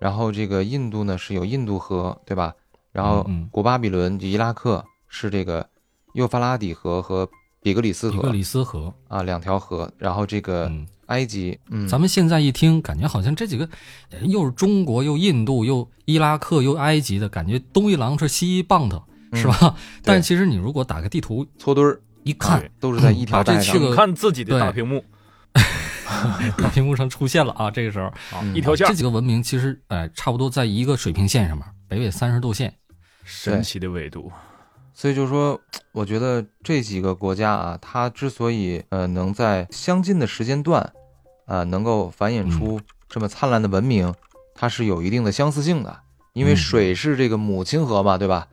S1: 然后这个印度呢是有印度河，对吧？然后
S3: 嗯嗯
S1: 古巴比伦就伊拉克是这个幼发拉底河和比格里斯
S3: 比格
S1: 河
S3: 里斯河，
S1: 啊两条河，然后这个
S3: 嗯，
S1: 埃及，嗯，
S3: 咱们现在一听，感觉好像这几个哎又是中国，又印度，又伊拉克，又埃及的感觉，东一榔头西一棒头，
S1: 嗯
S3: 是吧？但其实你如果打开地图
S1: 搓堆儿啊
S3: 一看，
S2: 对
S1: 都是在一条
S3: 把这
S1: 带
S3: 去
S1: 上
S3: 这
S1: 的，
S3: 个
S2: 请看自己的
S3: 对
S2: 大屏幕。
S3: 大屏幕上出现了啊！这个时候，
S2: 啊，
S1: 嗯
S2: 一条线
S3: 这，几个文明其实哎、差不多在一个水平线上面，北纬三十度线。
S2: 神奇的纬度，
S1: 所以就是说，我觉得这几个国家啊，它之所以呃能在相近的时间段啊、能够繁衍出这么灿烂的文明，它是有一定的相似性的，因为
S3: 嗯
S1: 水是这个母亲河嘛，对吧？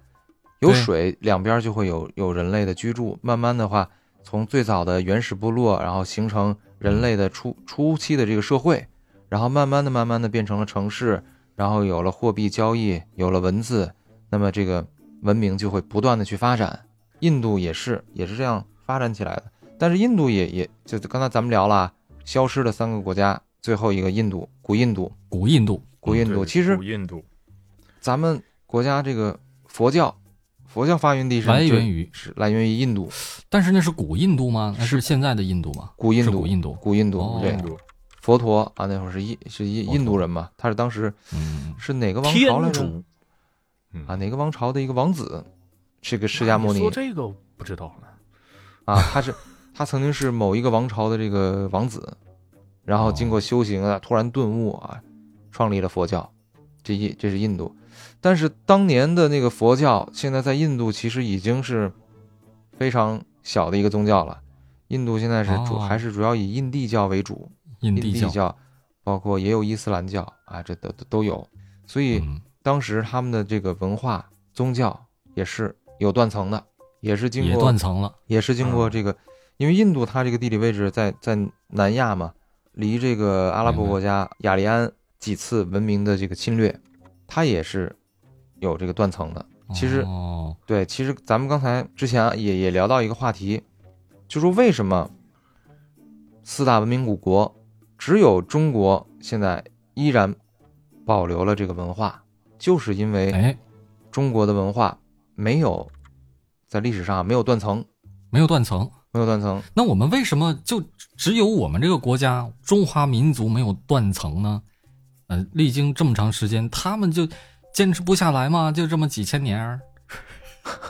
S1: 有
S3: 对
S1: 水，两边就会有有人类的居住。慢慢的话，从最早的原始部落，然后形成人类的初初期的这个社会，然后慢慢的、慢慢的变成了城市，然后有了货币交易，有了文字，那么这个文明就会不断的去发展。印度也是也是这样发展起来的，但是印度也也就刚才咱们聊了啊，消失的三个国家，最后一个印度，古印度，
S3: 古印度，
S1: 古印度。
S2: 对
S1: 其实
S2: 古印度，
S1: 咱们国家这个佛教，佛教发源地是
S3: 来源
S1: 于
S3: 于，
S1: 是来源于印度，
S3: 但是那是古印度吗？那是现在的印度吗？
S1: 古印
S3: 是
S1: 度，
S3: 古印度。
S1: 古印度
S3: 哦
S1: 对
S2: 印度
S1: 佛陀啊，那会儿是印是印
S3: 佛陀
S1: 印度人嘛，他是当时
S3: 嗯，
S1: 是哪个王朝来
S2: 天
S1: 着
S2: 主。嗯
S1: 啊？哪个王朝的一个王子？这个释迦牟
S2: 你
S1: 尼
S2: 说这个我不知道了，
S1: 啊，他是 [laughs] 他曾经是某一个王朝的这个王子，然
S3: 哦
S1: 后经过修行啊，突然顿悟啊，创立了佛教。这印这是印度，但是当年的那个佛教，现在在印度其实已经是非常小的一个宗教了。印度现在是主、
S3: 哦
S1: 还是主要以印地教为主，
S3: 印
S1: 印
S3: 地
S1: 地
S3: 教。
S1: 教包括也有伊斯兰教啊，这都都都有。所以
S3: 嗯，
S1: 当时他们的这个文化宗教也是有断层的，也是经
S3: 也
S1: 过
S3: 断层嗯了。
S1: 也是经过这个，因为印度它这个地理位置在在南亚嘛，离这个阿拉伯国家雅利安几次文明的这个侵略，它也是有这个断层的。其实
S3: 哦，
S1: 对，其实咱们刚才之前啊也也聊到一个话题，就说为什么四大文明古国只有中国现在依然保留了这个文化，就是因为
S3: 哎，
S1: 中国的文化没有在历史上没有断层，
S3: 没有断层。
S1: 没有断层。
S3: 那我们为什么就只有我们这个国家中华民族没有断层呢？呃，历经这么长时间，他们就坚持不下来吗？就这么几千年儿？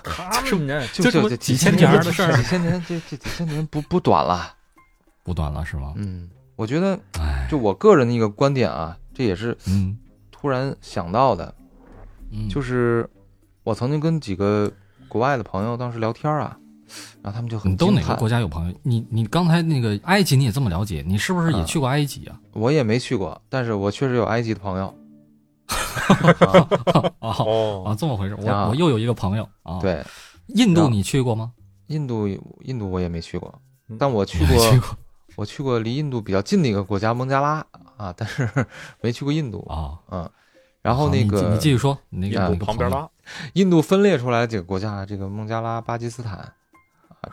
S2: 他们呢？
S1: 就
S3: 就这
S1: 就
S3: 么
S1: 这
S3: 几
S1: 千
S3: 千年
S1: 儿
S3: 儿的事儿
S1: 几千年这这几千年不不短了。
S3: 不断了是吗？
S1: 嗯，我觉得
S3: 哎，
S1: 就我个人的一个观点啊，这也是
S3: 嗯
S1: 突然想到的，
S3: 嗯，
S1: 就是是我曾经跟几个国外的朋友当时聊天啊，然后他们就
S3: 你
S1: 很
S3: 都
S1: 惊
S3: 哪个
S1: 叹，
S3: 国家有朋友？你你刚才那个埃及你也这么了解，你是不是也
S1: 嗯
S3: 去过埃及啊？
S1: 我也没去过，但是我确实有埃及的朋友。
S3: 啊
S2: 哦，
S3: 啊，这么回事。我
S1: 啊
S3: 我又有一个朋友啊，，
S1: 对，
S3: 印
S1: 然
S3: 度
S1: 后
S3: 你去过吗？
S1: 印度印度我也没去过
S2: 嗯，
S1: 但我去
S3: [laughs] 没
S1: 过
S3: 去过
S1: 我去过离印度比较近的一个国家孟加拉啊，但是没去过印度。
S3: 啊。
S1: 嗯，然后
S3: 好
S1: 那
S3: 哦你继
S1: 个
S3: 你继续说，你那
S2: 印
S3: 个那
S2: 度
S3: 个
S2: 嗯旁边
S3: 朋友
S2: 拉，
S1: 印度分裂出来的几个国家，这个孟加拉、巴基斯坦，啊，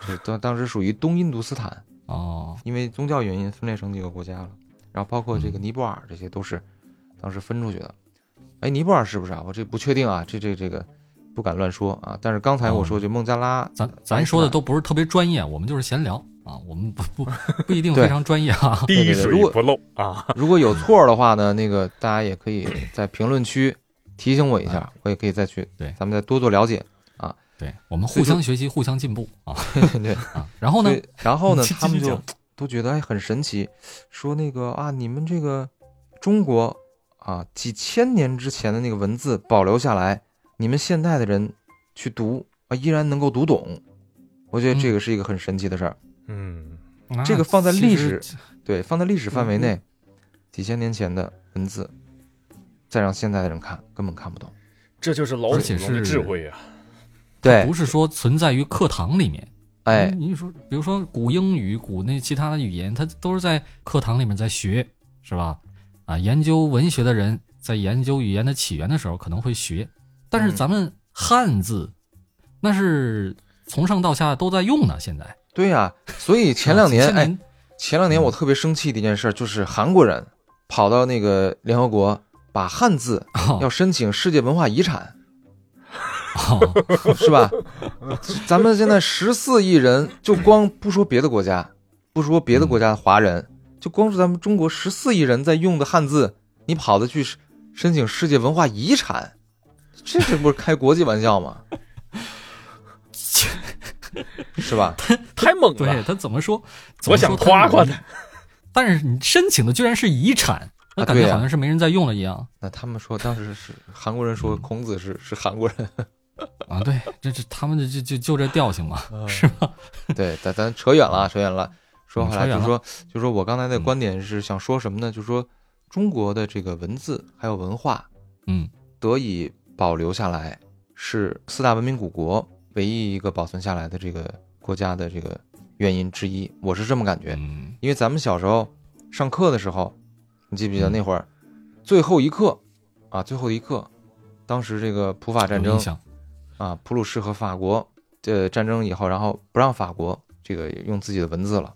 S1: 这当当时属于东印度斯坦，
S3: 哦，
S1: 因为宗教原因分裂成几个国家了。然后包括这
S3: 嗯
S1: 个尼泊尔，这些都是当时分出去的。哎，尼泊尔是不是啊？我这不确定啊，这这这个不敢乱说啊。但是刚才
S3: 哦
S1: 我说这孟加拉，
S3: 咱
S1: 巴基
S3: 咱
S1: 斯
S3: 说的
S1: 坦
S3: 都不是特别专业，我们就是闲聊啊，我们不不不一定
S1: 对
S3: 非常专业啊。 [laughs]
S1: 对对
S2: 滴水
S1: 如果
S2: 不漏啊，
S1: 如果有错的话呢，那个大家也可以在评论区提醒我一下，我也可以再去，
S3: 啊对
S1: 咱们再多做了解。
S3: 对，我们
S1: 所以
S3: 互
S1: 就
S3: 相学习，互相进步啊
S1: 对，
S3: 啊。然后呢
S1: 对，，然后呢
S3: 你继，
S1: 他们
S3: 继续
S1: 就
S3: 讲
S1: 都觉得哎很神奇，说那个啊，你们这个中国啊几千年之前的那个文字保留下来，你们现代的人去读啊依然能够读懂，我觉得这个是一个很神奇的事儿。
S2: 嗯，
S3: 那
S1: 这个放在
S3: 其
S1: 历
S3: 实
S1: 对，放在历史范围内，
S3: 嗯
S1: 几千年前的文字，再让现在的人看根本看不懂。
S2: 这就是老
S3: 而
S2: 祖
S3: 且
S2: 宗的
S3: 是
S2: 智慧啊，
S1: 对
S3: 不，是说存在于课堂里面。
S1: 哎，
S3: 你你说，比如说古英语、古那其他的语言，它都是在课堂里面在学，是吧？啊，研究文学的人在研究语言的起源的时候可能会学，但是
S1: 嗯
S3: 咱们汉字，那是从上到下都在用呢。现在
S1: 对呀、所以前两年
S3: 啊几千嗯
S1: 哎，前两年我特别生气的一件事儿就是韩国人跑到那个联合国把汉字
S3: 哦
S1: 要申请世界文化遗产，
S3: [laughs] 哦
S1: 是吧？咱们现在十四亿人，就光不说别的国家，不说别的国家的华人，就光是咱们中国十四亿人在用的汉字，你跑的去申申请世界文化遗产，这这不是开国际玩笑吗？ [laughs] 是吧？
S2: 太猛
S3: 对
S2: 了，
S3: 他怎么说？怎
S2: 我
S3: 么说
S2: 想
S3: 他
S2: 夸夸
S3: 们
S2: 他，
S3: [laughs] 但是你申请的居然是遗产，那感觉
S1: 对呀
S3: 好像是没人在用了一样
S1: 那他们说当时是韩国人说孔子是是韩国人，
S3: 啊对，这这他们就就就这调性嘛，
S1: 是吧？ [laughs] 对，咱咱扯远了啊，扯远了。说
S3: 嗯
S1: 回
S3: 扯
S1: 来
S3: 远
S1: 就
S3: 了
S1: 说就说我刚才的
S3: 嗯
S1: 观点是想说什么呢？就说中国的这个文字还有文化
S3: 嗯
S1: 得以保留下来，是四大文明古国唯一一个保存下来的这个国家的这个原因之一。我是这么感觉，
S3: 嗯
S1: 因为咱们小时候上课的时候，你记不记得
S3: 嗯
S1: 那会儿最后一课啊？最后一课，当时这个普法战
S3: 有
S1: 争
S3: 印象
S1: 啊，普鲁士和法国这战争以后，然后不让法国这个用自己的文字了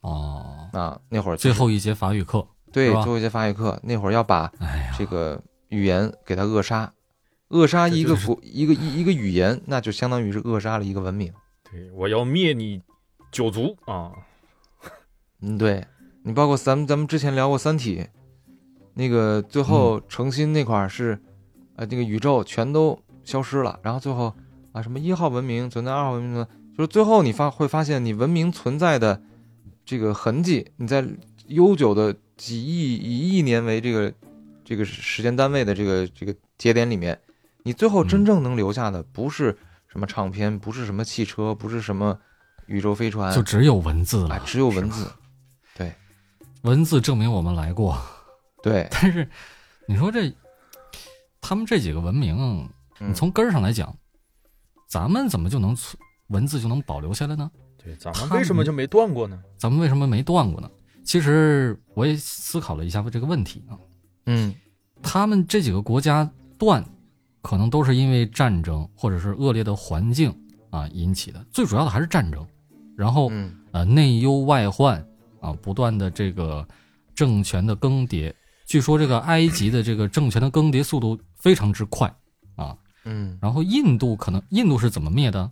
S3: 哦，
S1: 啊。那会儿就
S3: 最
S1: 是
S3: 后一节法语课，
S1: 对
S3: 是
S1: 最
S3: 吧
S1: 后一节法语课，那会儿要把
S3: 哎呀，
S1: 这个语言给它扼杀，扼杀一个
S3: 这就是
S1: 国一个一一个语言，那就相当于是扼杀了一个文明。
S2: 对，我要灭你九族啊！
S1: 嗯，对你包括咱们咱们之前聊过《三体》，那个最
S3: 嗯
S1: 后程心那块儿是，呃，那个宇宙全都消失了，然后最后啊什么一号文明存在，二号文明存在，就是最后你发会发现你文明存在的这个痕迹，你在悠久的几亿以亿年为这个这个时间单位的这个这个节点里面，你最后
S3: 嗯
S1: 真正能留下的不是什么唱片，不是什么汽车，不是什么宇宙飞船，
S3: 就只有文字
S1: 啊
S3: 了，，
S1: 只有
S3: 是
S1: 文
S3: 吧
S1: 字。
S3: 文字证明我们来过。
S1: 对，
S3: 但是你说这，他们这几个文明，
S1: 嗯
S3: 你从根儿上来讲，咱们怎么就能存文字就能保留下来呢？
S2: 对，咱们为什么就没断过呢？
S3: 咱们为什么没断过呢？其实我也思考了一下这个问题啊，
S1: 嗯，
S3: 他们这几个国家断，可能都是因为战争或者是恶劣的环境啊引起的，最主要的还是战争，然后
S1: 嗯
S3: 呃内忧外患啊，不断的这个政权的更迭。据说这个埃及的这个政权的更迭速度非常之快啊。
S1: 嗯，
S3: 然后印度可能印度是怎么灭的？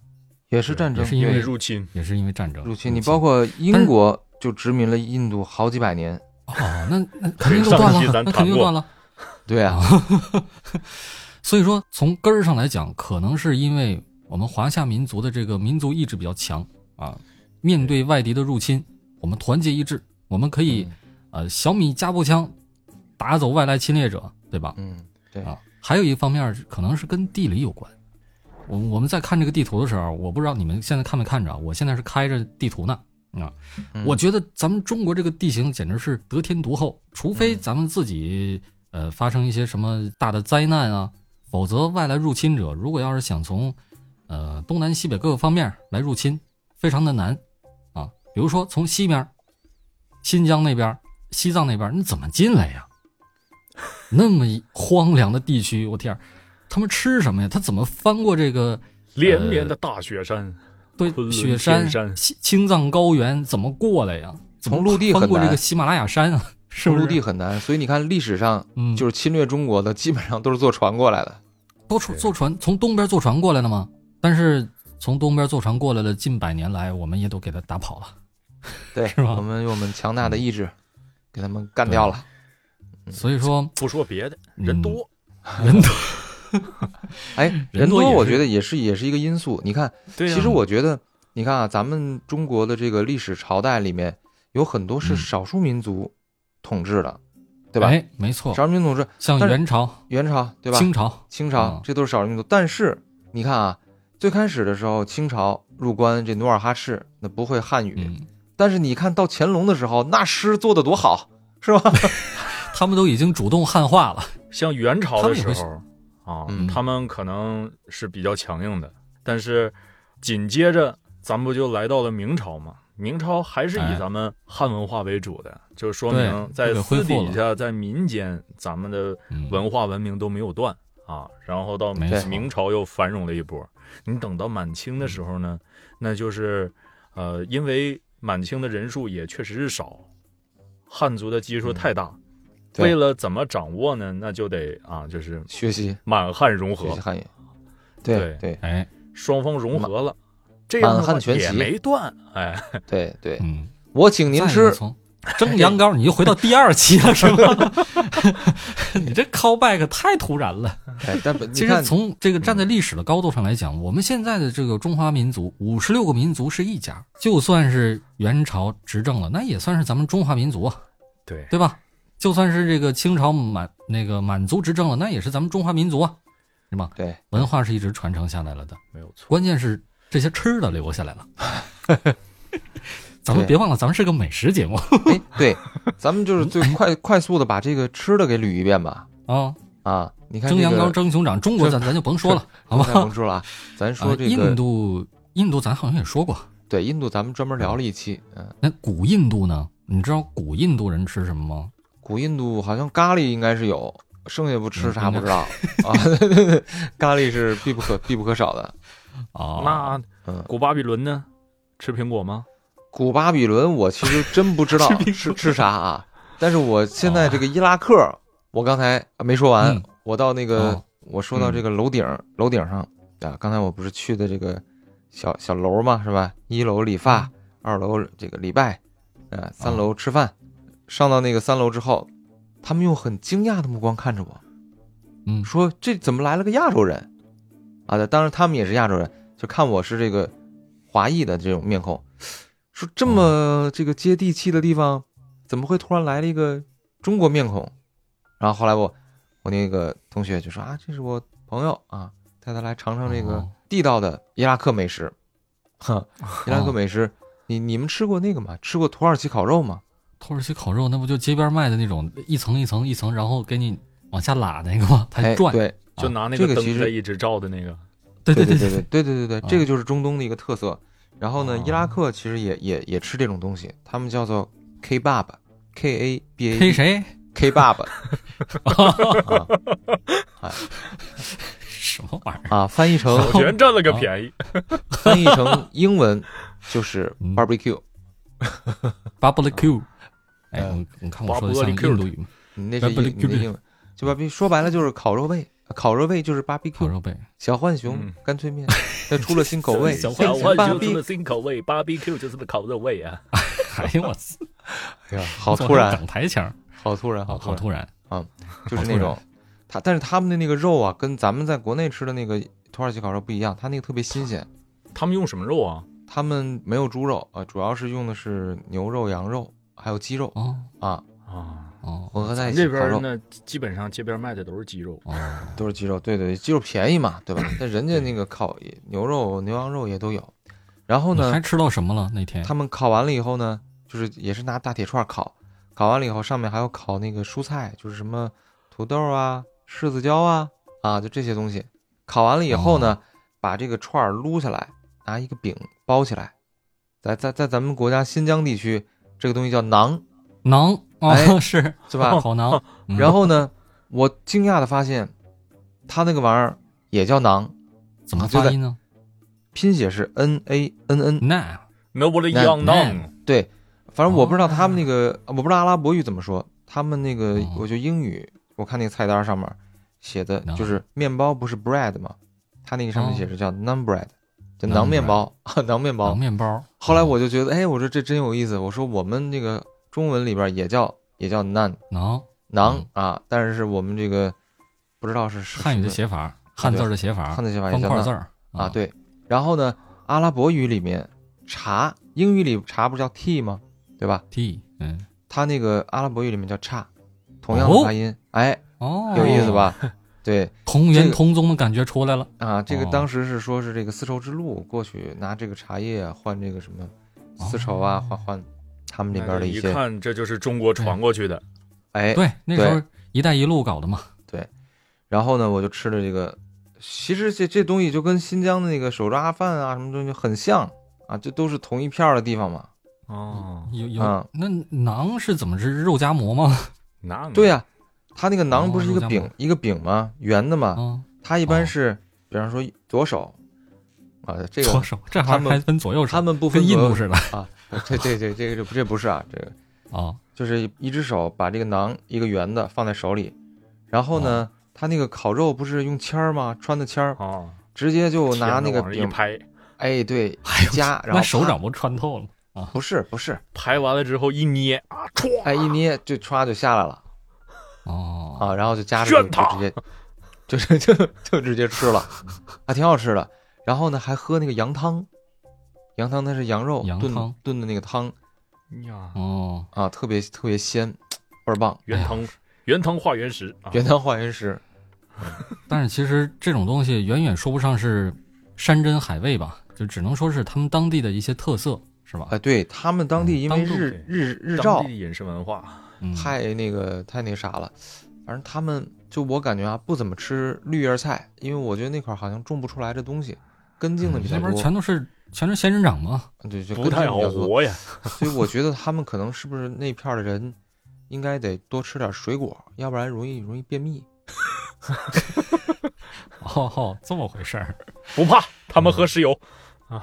S1: 也是战争，
S3: 也是因为
S1: 对
S2: 对，入侵，
S3: 也是因为战争
S1: 入侵。你包括英国就殖民了印度好几百年，
S3: 哦，那那肯定就断
S2: 上一期
S3: 了，
S2: 咱
S3: 那肯定
S2: 谈过
S3: 就断了。
S1: 对啊，
S3: 所以说，从根儿上来讲，可能是因为我们华夏民族的这个民族意志比较强啊，面对外敌的入侵，我们团结一致，我们可
S1: 嗯
S3: 以、呃小米加步枪打走外来侵略者，对吧？
S1: 嗯，对，
S3: 啊，还有一方面儿可能是跟地理有关。我我们在看这个地图的时候，我不知道你们现在看没看着啊，我现在是开着地图呢。啊，
S1: 嗯
S3: 我觉得咱们中国这个地形简直是得天独厚，除
S1: 嗯
S3: 非咱们自己呃发生一些什么大的灾难啊，否则外来入侵者如果要是想从呃东南西北各个方面来入侵，非常的难啊。比如说从西边儿，新疆那边儿、西藏那边儿，你怎么进来呀？那么一荒凉的地区，我天儿，他们吃什么呀？他怎么翻过这个
S2: 连绵的大雪山，
S3: 对
S2: 昆仑
S3: 雪
S2: 天山
S3: 西青藏高原怎么过来呀？怎么
S1: 从陆地
S3: 翻
S1: 很
S3: 过这个
S1: 难
S3: 喜马拉雅山啊？是不
S1: 入
S3: 是
S1: 陆地很难，所以你看历史上
S3: 嗯，
S1: 就是侵略中国的基本上都是坐船过来
S3: [laughs]
S1: 的，
S3: 都坐坐船从东边坐船过来的嘛。但是从东边坐船过来的，近百年来我们也都给他打跑了。
S1: 对，
S3: 是吧
S1: 我们用我们强大的意志给他们干掉了。
S2: 嗯
S3: 所以说
S2: 不说别的，人
S3: 嗯
S2: 多，
S3: 人多，
S1: 哎，人
S3: 人多
S1: 多
S3: 也
S1: 我
S3: 是啊
S1: 觉得也是也是一个因素。你看，
S2: 对呀
S1: 其实我觉得，你看啊，咱们中国的这个历史朝代里面有很多是
S3: 嗯
S1: 少数民族统治的，对吧？
S3: 哎，没错，
S1: 少数民族统治，
S3: 像
S1: 但是
S3: 元朝、
S1: 元朝对吧？
S3: 清朝，
S1: 清朝
S3: 嗯
S1: 这都是少数民族。但是你看啊，最开始的时候，清朝入关这努尔哈赤那不会汉语，
S3: 嗯，
S1: 但是你看到乾隆的时候，那诗做的多好，是
S3: [laughs]
S1: 吧？
S3: 他们都已经主动汉化了。
S2: 像元朝的时
S3: 他
S2: 候啊
S1: 嗯，
S2: 他们可能是比较强硬的，但是紧接着咱们不就来到了明朝嘛？明朝还是
S3: 哎
S2: 以咱们汉文化为主的，就说
S3: 对
S2: 明在
S3: 又给恢
S2: 私
S3: 复
S2: 底下，在民间，咱们的
S3: 嗯，
S2: 文化文明都没有断啊。然后到
S3: 没
S1: 错
S2: 明朝又繁荣了一波。你等到满清的时候呢，那就是呃，因为满清的人数也确实是少，汉族的基数太大。
S1: 嗯对
S2: 为了怎么掌握呢？那就得啊，就是
S1: 学习
S2: 满汉融
S1: 学习
S2: 合，
S1: 汉语，
S2: 对
S1: 对
S3: 哎，
S2: 双方融合了，这样的
S1: 满
S2: 话
S1: 汉全
S2: 也
S1: 席
S2: 没断。哎，
S1: 对对，
S3: 嗯，
S1: 我请您
S3: 再一个
S1: [laughs] 吃，
S3: 从蒸羊羔，你就回到第二期了，是吗？ [laughs] 你这 callback 太突然了。
S1: 哎，但
S3: [laughs]
S1: 本
S3: 其实从这个站在历史的高度上来讲，我们现在的这个中华民族五十六个民族是一家，就算是元朝执政了，那也算是咱们中华民族啊，
S2: 对
S3: 对吧？就算是这个清朝满那个满族执政了，那也是咱们中华民族啊，是吧？
S1: 对，
S3: 文化是一直传承下来了的，
S2: 没有错。
S3: 关键是这些吃的留下来了。 [laughs] 咱们别忘了，咱们是个美食节目。
S1: 哎，对，咱们就是最
S3: [laughs]
S1: 快快速的把这个吃的给捋一遍吧。
S3: 啊
S1: 啊，你看
S3: 蒸羊羔、
S1: 这个
S3: 蒸熊掌，中国咱咱就甭说了，好吧？
S1: 咱甭说了啊，咱说
S3: 啊
S1: 这
S3: 印
S1: 个
S3: 度，印度咱好像也说过，
S1: 对印度，咱们专门聊了一期。嗯，
S3: 那古印度呢？你知道古印度人吃什么吗？
S1: 古印度好像咖喱应该是有，剩下不吃啥
S3: 嗯
S1: 不知道 [laughs] 啊。对对对，咖喱是必不可必不可少的。
S3: 啊，
S2: 那
S1: 嗯，
S2: 古巴比伦呢？吃苹果吗？
S1: 古巴比伦我其实真不知
S3: [laughs]
S1: 道吃吃啥啊，但是我现在这个伊拉克，我刚才啊没说完
S3: 哦嗯，
S1: 我到那个
S3: 哦
S1: 我说到这个楼顶楼顶上啊，刚才我不是去的这个小小楼嘛是吧？一楼理
S3: 嗯
S1: 发，二楼这个礼拜，呃，
S3: 哦
S1: 三楼吃饭。上到那个三楼之后，他们用很惊讶的目光看着我。
S3: 嗯，
S1: 说这怎么来了个亚洲人？啊，对当然他们也是亚洲人，就看我是这个华裔的这种面孔，说这么这个接地气的地方，怎么会突然来了一个中国面孔？然后后来我我那个同学就说啊，这是我朋友啊，带他来尝尝这个
S3: 哦
S1: 地道的伊拉克美食。哼，伊拉克美食，你你们吃过那个吗？吃过土耳其烤肉吗？
S3: 土耳其烤肉那不就街边卖的那种一层一层一层，然后给你往下拉那个吗？它
S1: 哎，
S3: 转，
S1: 对，
S2: 就拿那
S1: 这个
S2: 灯
S1: 其实
S2: 在一直照的那个，
S3: 对
S1: 对
S3: 对
S1: 对对对对对，这
S3: 啊
S1: 个就是中东的一个特色。然后
S3: 哦
S1: 呢，伊拉克其实也也也吃这种东西，他们叫做 kebab，k a b a
S3: ，K 谁？ [laughs]
S1: kebab 啊
S3: 什么玩意儿？
S1: 啊，翻译成
S2: 我全占了
S1: 啊
S2: 个便宜。
S1: 翻译成英文就是
S3: 嗯
S1: barbecue，
S3: 巴布勒 Q，哎，
S1: 嗯
S3: 我你看我说的
S2: 巴布
S3: 像
S2: 勒 Q
S3: 印度语吗？
S1: 你那是英你
S3: Barbecue
S1: 的英文，就 barbecue 说白了就是烤肉味，烤肉味就是
S3: 烤
S1: barbecue，
S3: 肉呗，
S1: 小浣熊
S2: 嗯
S1: 干脆面，这出了新口味，
S3: [laughs] 小
S2: 小
S3: 浣
S2: 浣熊就是
S1: barbecue，
S2: 新口味，BBQ 就是烤肉味啊。
S3: 哎呦我操，
S1: 哎呀，好突然，
S3: 整台腔儿，
S1: 好突然，
S3: 好
S1: 好突然。
S3: 突然，
S1: 就是
S3: 好
S1: 那
S3: 突
S1: 种
S3: 然，
S1: 它但是他们的那个肉啊，跟咱们在国内吃的那个土耳其烤肉不一样，它那个特别新鲜。
S2: 他们用什么肉啊？
S1: 他们没有猪肉啊、呃主要是用的是牛肉、羊肉还有鸡肉
S3: 哦
S1: 啊，
S2: 啊，
S3: 哦
S1: 混合在一起
S2: 这
S1: 烤
S2: 边
S1: 肉
S2: 呢，基本上街边卖的都是鸡肉。
S3: 哦，
S1: 都是鸡肉，对对，鸡肉便宜嘛，对吧？但人家那个烤牛肉、牛羊肉也都有。然后
S3: 你
S1: 呢
S3: 还，吃到什么了那天？
S1: 他们烤完了以后呢，就是也是拿大铁串烤，烤完了以后上面还要烤那个蔬菜，就是什么土豆啊、柿子椒啊啊，就这些东西。烤完了以后呢，把这个串儿撸下来，拿一个饼包起来，在在在咱们国家新疆地区，这个东西叫馕，
S3: 馕
S1: 哎
S3: 哦， [laughs] 是
S1: 是吧？
S3: 烤馕，嗯
S1: [laughs] 然后呢，我惊讶的发现，它那个玩意儿也叫馕，
S3: 嗯怎么
S1: 就
S3: 发
S1: 在
S3: 音呢？
S1: 拼写是 n a n n。
S3: 那
S2: 那我的
S1: 那
S2: 羊
S3: 那
S2: 囊，
S1: 对，反正我不知道
S3: 哦
S1: 他们那个，呃我不知道阿拉伯语怎么说，他们那个
S3: 哦
S1: 我就英语，我看那个菜单上面写的
S3: 馕
S1: 就是面包不是 bread 吗？他那个上面
S3: 哦
S1: 写着叫 non bread，就
S3: naan
S1: 馕面包， [laughs] 馕面
S3: 凉
S1: 包。
S3: 面包，
S1: 后来我就觉得，哎，我说这真有意思，我说我们那个中文里边也叫也叫 nan
S3: 馕
S1: 馕啊，但是是我们这个不知道是是
S3: 嗯汉语的
S1: 什
S3: 写法，汉字儿的写法
S1: 么，汉字写法也
S3: 方
S1: 叫
S3: 块
S1: naan
S3: 字儿
S1: 啊，，对。然后呢，阿拉伯语里面茶，英语里茶不是叫 tea 吗？对吧？
S3: t 嗯，
S1: 它那个阿拉伯语里面叫差，同样的发音，哎，
S3: 哦，
S1: 有意思？
S3: [laughs]
S1: 吧？对
S3: 同
S1: 这
S3: 源
S1: 个
S3: 同宗的感觉出来了，
S1: 啊，这个
S3: 哦
S1: 当时是说是这个丝绸之路过去拿这个茶叶啊换这个什么
S3: 哦
S1: 丝绸啊，换换他们那边的
S2: 一
S1: 些，
S2: 看这就是中国传过去的。
S1: 哎，
S3: 对，那时
S1: 对
S3: 候“一带一路”搞的嘛，
S1: 然后呢，我就吃了这个，其实这这东西就跟新疆的那个手抓饭啊什么东西很像啊，这都是同一片儿的地方嘛。
S2: 哦，
S3: 有
S1: 嗯
S3: 有那馕是怎么是肉夹馍吗？
S2: 那
S1: 对呀、它那个馕
S3: 嗯哦
S1: 不是一个
S3: 肉夹馍
S1: 饼一个饼吗？圆的嘛，
S3: 啊，
S1: 它一般
S3: 哦
S1: 是，比方说左手啊，这个
S3: 左手这还
S1: 他们
S3: 还分左右手
S1: 他，们不分
S3: 跟印
S1: 左右
S3: 度似的
S1: 啊，这这这这个就不这不是啊，这个
S3: 啊，
S1: 就是一只手把这个馕一个圆的放在手里，然后呢，他那个烤肉不是用签儿吗？穿的签儿，
S2: 哦，
S1: 直接就拿
S2: 天哪
S1: 那个
S2: 往上一
S1: 饼，
S2: 拍，
S1: 哎，对，
S3: 哎呦
S1: 夹，然
S3: 那
S1: 后
S3: 手
S1: 啪
S3: 掌不穿透了啊
S1: 不是不是，
S2: 排完了之后一捏啊，歘，
S1: 哎，一捏就歘就下来了
S3: 哦，
S1: 啊，然后就夹着
S2: 炫
S1: 就
S2: 它
S1: 就直接，就是 [laughs] 就就直接吃了，啊，挺好吃的。然后呢，还喝那个羊汤，羊汤它是羊肉
S3: 羊
S1: 炖
S3: 汤
S1: 炖的那个汤
S2: 哎呀，
S3: 哦，
S1: 啊，特别特别鲜，倍儿棒，
S2: 原汤原汤化原食啊，
S1: 原汤化原食。
S3: 但是其实这种东西远远说不上是山珍海味吧，就只能说是他们当地的一些特色，是吧？
S1: 哎，对他们当地因为
S2: 嗯当地
S1: 日日日
S2: 当
S1: 照
S2: 地饮食文化，
S3: 嗯，
S1: 太那个太那啥了，反正他们就我感觉啊，不怎么吃绿叶菜，因为我觉得那块儿好像种不出来这东西，根
S2: 嗯
S1: 茎的比较
S3: 那
S1: 多
S3: 边，全都是全是仙人掌嘛，
S1: 对，就
S2: 不
S1: 根茎
S2: 太
S1: 比
S2: 好
S1: 较多。
S2: 活呀。
S1: 所以我觉得他们可能是不是那片儿的人，应该得多吃点水果，要不然容易容易便秘。
S3: 哦 [laughs] 哦，这么回事儿，
S2: 不怕，他们喝石油，
S1: 嗯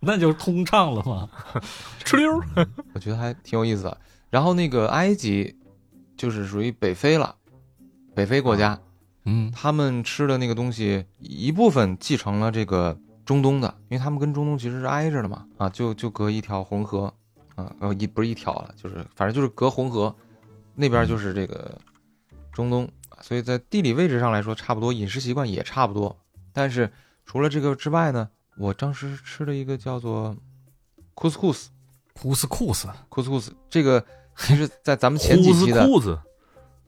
S3: 那就通畅了嘛。
S2: 哧溜儿。
S1: 我觉得还挺有意思的。然后那个埃及，就是属于北非了，北非
S2: 啊
S1: 国家，
S3: [laughs] 嗯，
S1: 他们吃的那个东西一部分继承了这个中东的，因为他们跟中东其实是挨着的嘛，啊，就就隔一条红河，啊，呃，一不是一条了，就是反正就是隔红河，那边就是这个中东，所以在地理位置上来说差不多，饮食习惯也差不多，但是除了这个之外呢，我当时吃了一个叫做 couscous
S3: 库斯库斯，
S1: couscous 这个，其实在咱们前几
S2: 裤子
S1: 期的
S2: 裤子，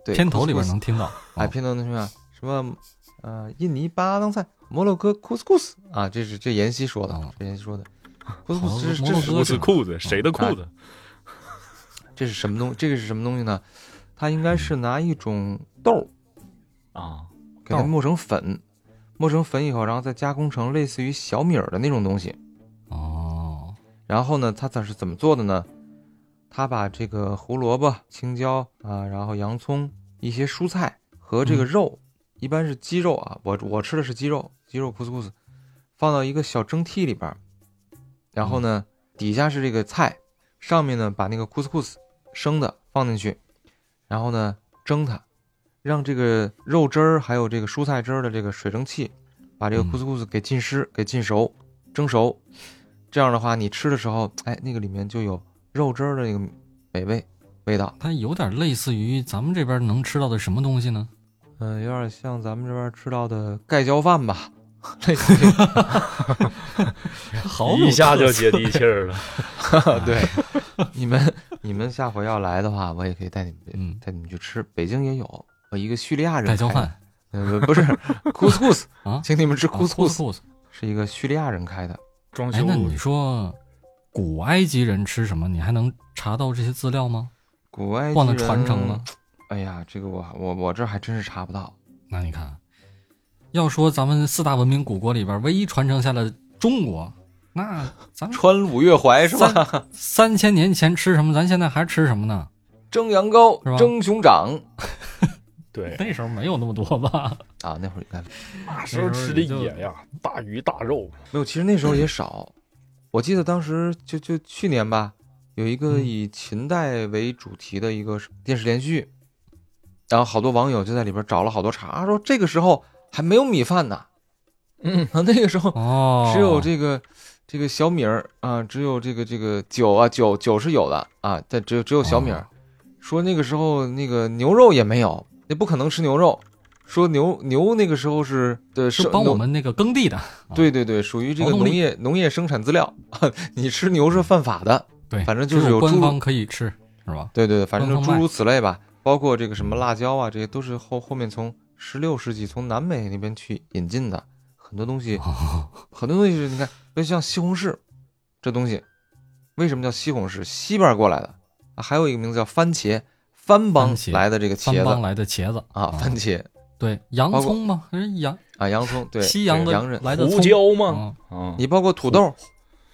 S1: 对
S3: 片头里边
S1: couscous
S3: 能听到。
S1: 哎，片头那什么什么，呃，印尼巴当菜、摩洛哥 couscous 啊，这是这妍希说的
S3: 哦，
S1: 这妍希说的
S3: 好
S1: ，couscous 这是
S3: 摩
S1: 这
S3: 洛
S1: 是
S3: 哥
S2: 裤子裤子，
S1: 啊
S2: 谁的裤子？
S1: 这是什么东这个是什么东西呢？它应该是拿一种豆儿
S2: 啊，
S1: 给它
S3: 豆儿
S1: 磨成粉，磨成粉以后，然后再加工成类似于小米儿的那种东西。
S3: 哦，
S1: 然后呢，它它是怎么做的呢？它把这个胡萝卜、青椒啊，然后洋葱、一些蔬菜和这个
S3: 嗯
S1: 肉，一般是鸡肉啊，我我吃的是鸡肉，鸡肉 couscous，放到一个小蒸屉里边儿，然后呢，
S3: 嗯
S1: 底下是这个菜，上面呢把那个 couscous 生的放进去，然后呢蒸它，让这个肉汁儿还有这个蔬菜汁儿的这个水蒸气，把这个
S3: 嗯
S1: couscous 给浸湿、给浸熟、蒸熟。这样的话，你吃的时候，哎，那个里面就有肉汁儿的那个美味味道，
S3: 它有点类似于咱们这边能吃到的什么东西呢？ [laughs]
S1: 嗯、有点像咱们这边吃到的盖浇饭吧，类似于
S3: 好有
S2: 一下就
S3: 特色
S2: 接地气儿了。
S1: [laughs] 对，你们你们下回要来的话，我也可以带你们、
S3: 嗯
S1: 带你们去吃。北京也有，我一个叙利亚人
S3: 盖浇
S1: 开的，
S3: 饭
S1: 呃，不不是 couscous
S3: [laughs] 啊
S1: 请你们吃
S3: 啊库
S1: couscous，、
S3: 斯库斯。
S1: 是一个叙利亚人开的。
S2: 装
S3: 哎
S2: 修，，
S3: 那你说古埃及人吃什么？你还能查到这些资料吗？
S1: 古埃及
S3: 忘了
S1: 人
S3: 传承了。。
S1: 哎呀，这个我我我这还真是查不到。
S3: 那你看，啊要说咱们四大文明古国里边唯一传承下来的中国，那 [laughs] 咱们
S1: 川鲁粤淮是吧？
S3: 三三千年前吃什么，咱现在还吃什么呢？
S1: 蒸羊羔
S3: 是吧、
S1: 蒸熊掌
S2: 对，
S3: 那时候没有那么多吧？
S1: 啊，那会儿应该没
S2: 那时候吃的野呀，大鱼大肉，
S1: 有。其实那时候也少。我记得当时就就去年吧，有一个
S3: 嗯
S1: 以秦代为主题的一个电视连续，然后好多网友就在里边找了好多茬，说这个时候还没有米饭呢，
S2: 嗯，
S1: 啊，那个时候
S3: 哦，
S1: 只有这个这个小米儿啊，只有这个这个酒啊酒酒是有的啊，但只有只有小米儿。说那个时候那个牛肉也没有，那不可能吃牛肉。说牛牛那个时候是对
S3: 是
S1: 生
S3: 帮我
S1: 农
S3: 们那个耕地的，
S1: 对对对，属于这个
S3: 啊劳动
S1: 农
S3: 力
S1: 业农业生产资料， [laughs] 你吃牛是犯法的。
S3: 对，
S1: 反正就
S3: 只
S1: 是有
S3: 有
S1: 猪
S3: 官
S1: 肉
S3: 方可以吃，是吧？
S1: 对对对，反正就
S3: 官
S1: 诸
S3: 方卖
S1: 如此类吧，包括这个什么辣椒啊，这些都是后后面从十六世纪从南美那边去引进的，很多东
S3: [laughs]
S1: 西
S3: 哦，
S1: 很多东西是你看，就像西红柿，这东西为什么叫西红柿？西边过来的，啊还有一个名字叫番茄，番邦
S3: 番茄
S1: 来的这个
S3: 番
S1: 茄
S3: 邦
S1: 子
S3: 来的茄子
S1: 啊，番茄
S3: 对，洋
S1: 包括
S3: 葱嘛，人洋
S1: 啊，洋葱对，
S3: 西洋的
S1: 洋人，
S3: 来的
S2: 胡
S3: 葱
S2: 椒吗？
S3: 嗯
S2: 啊，
S1: 你包括土豆，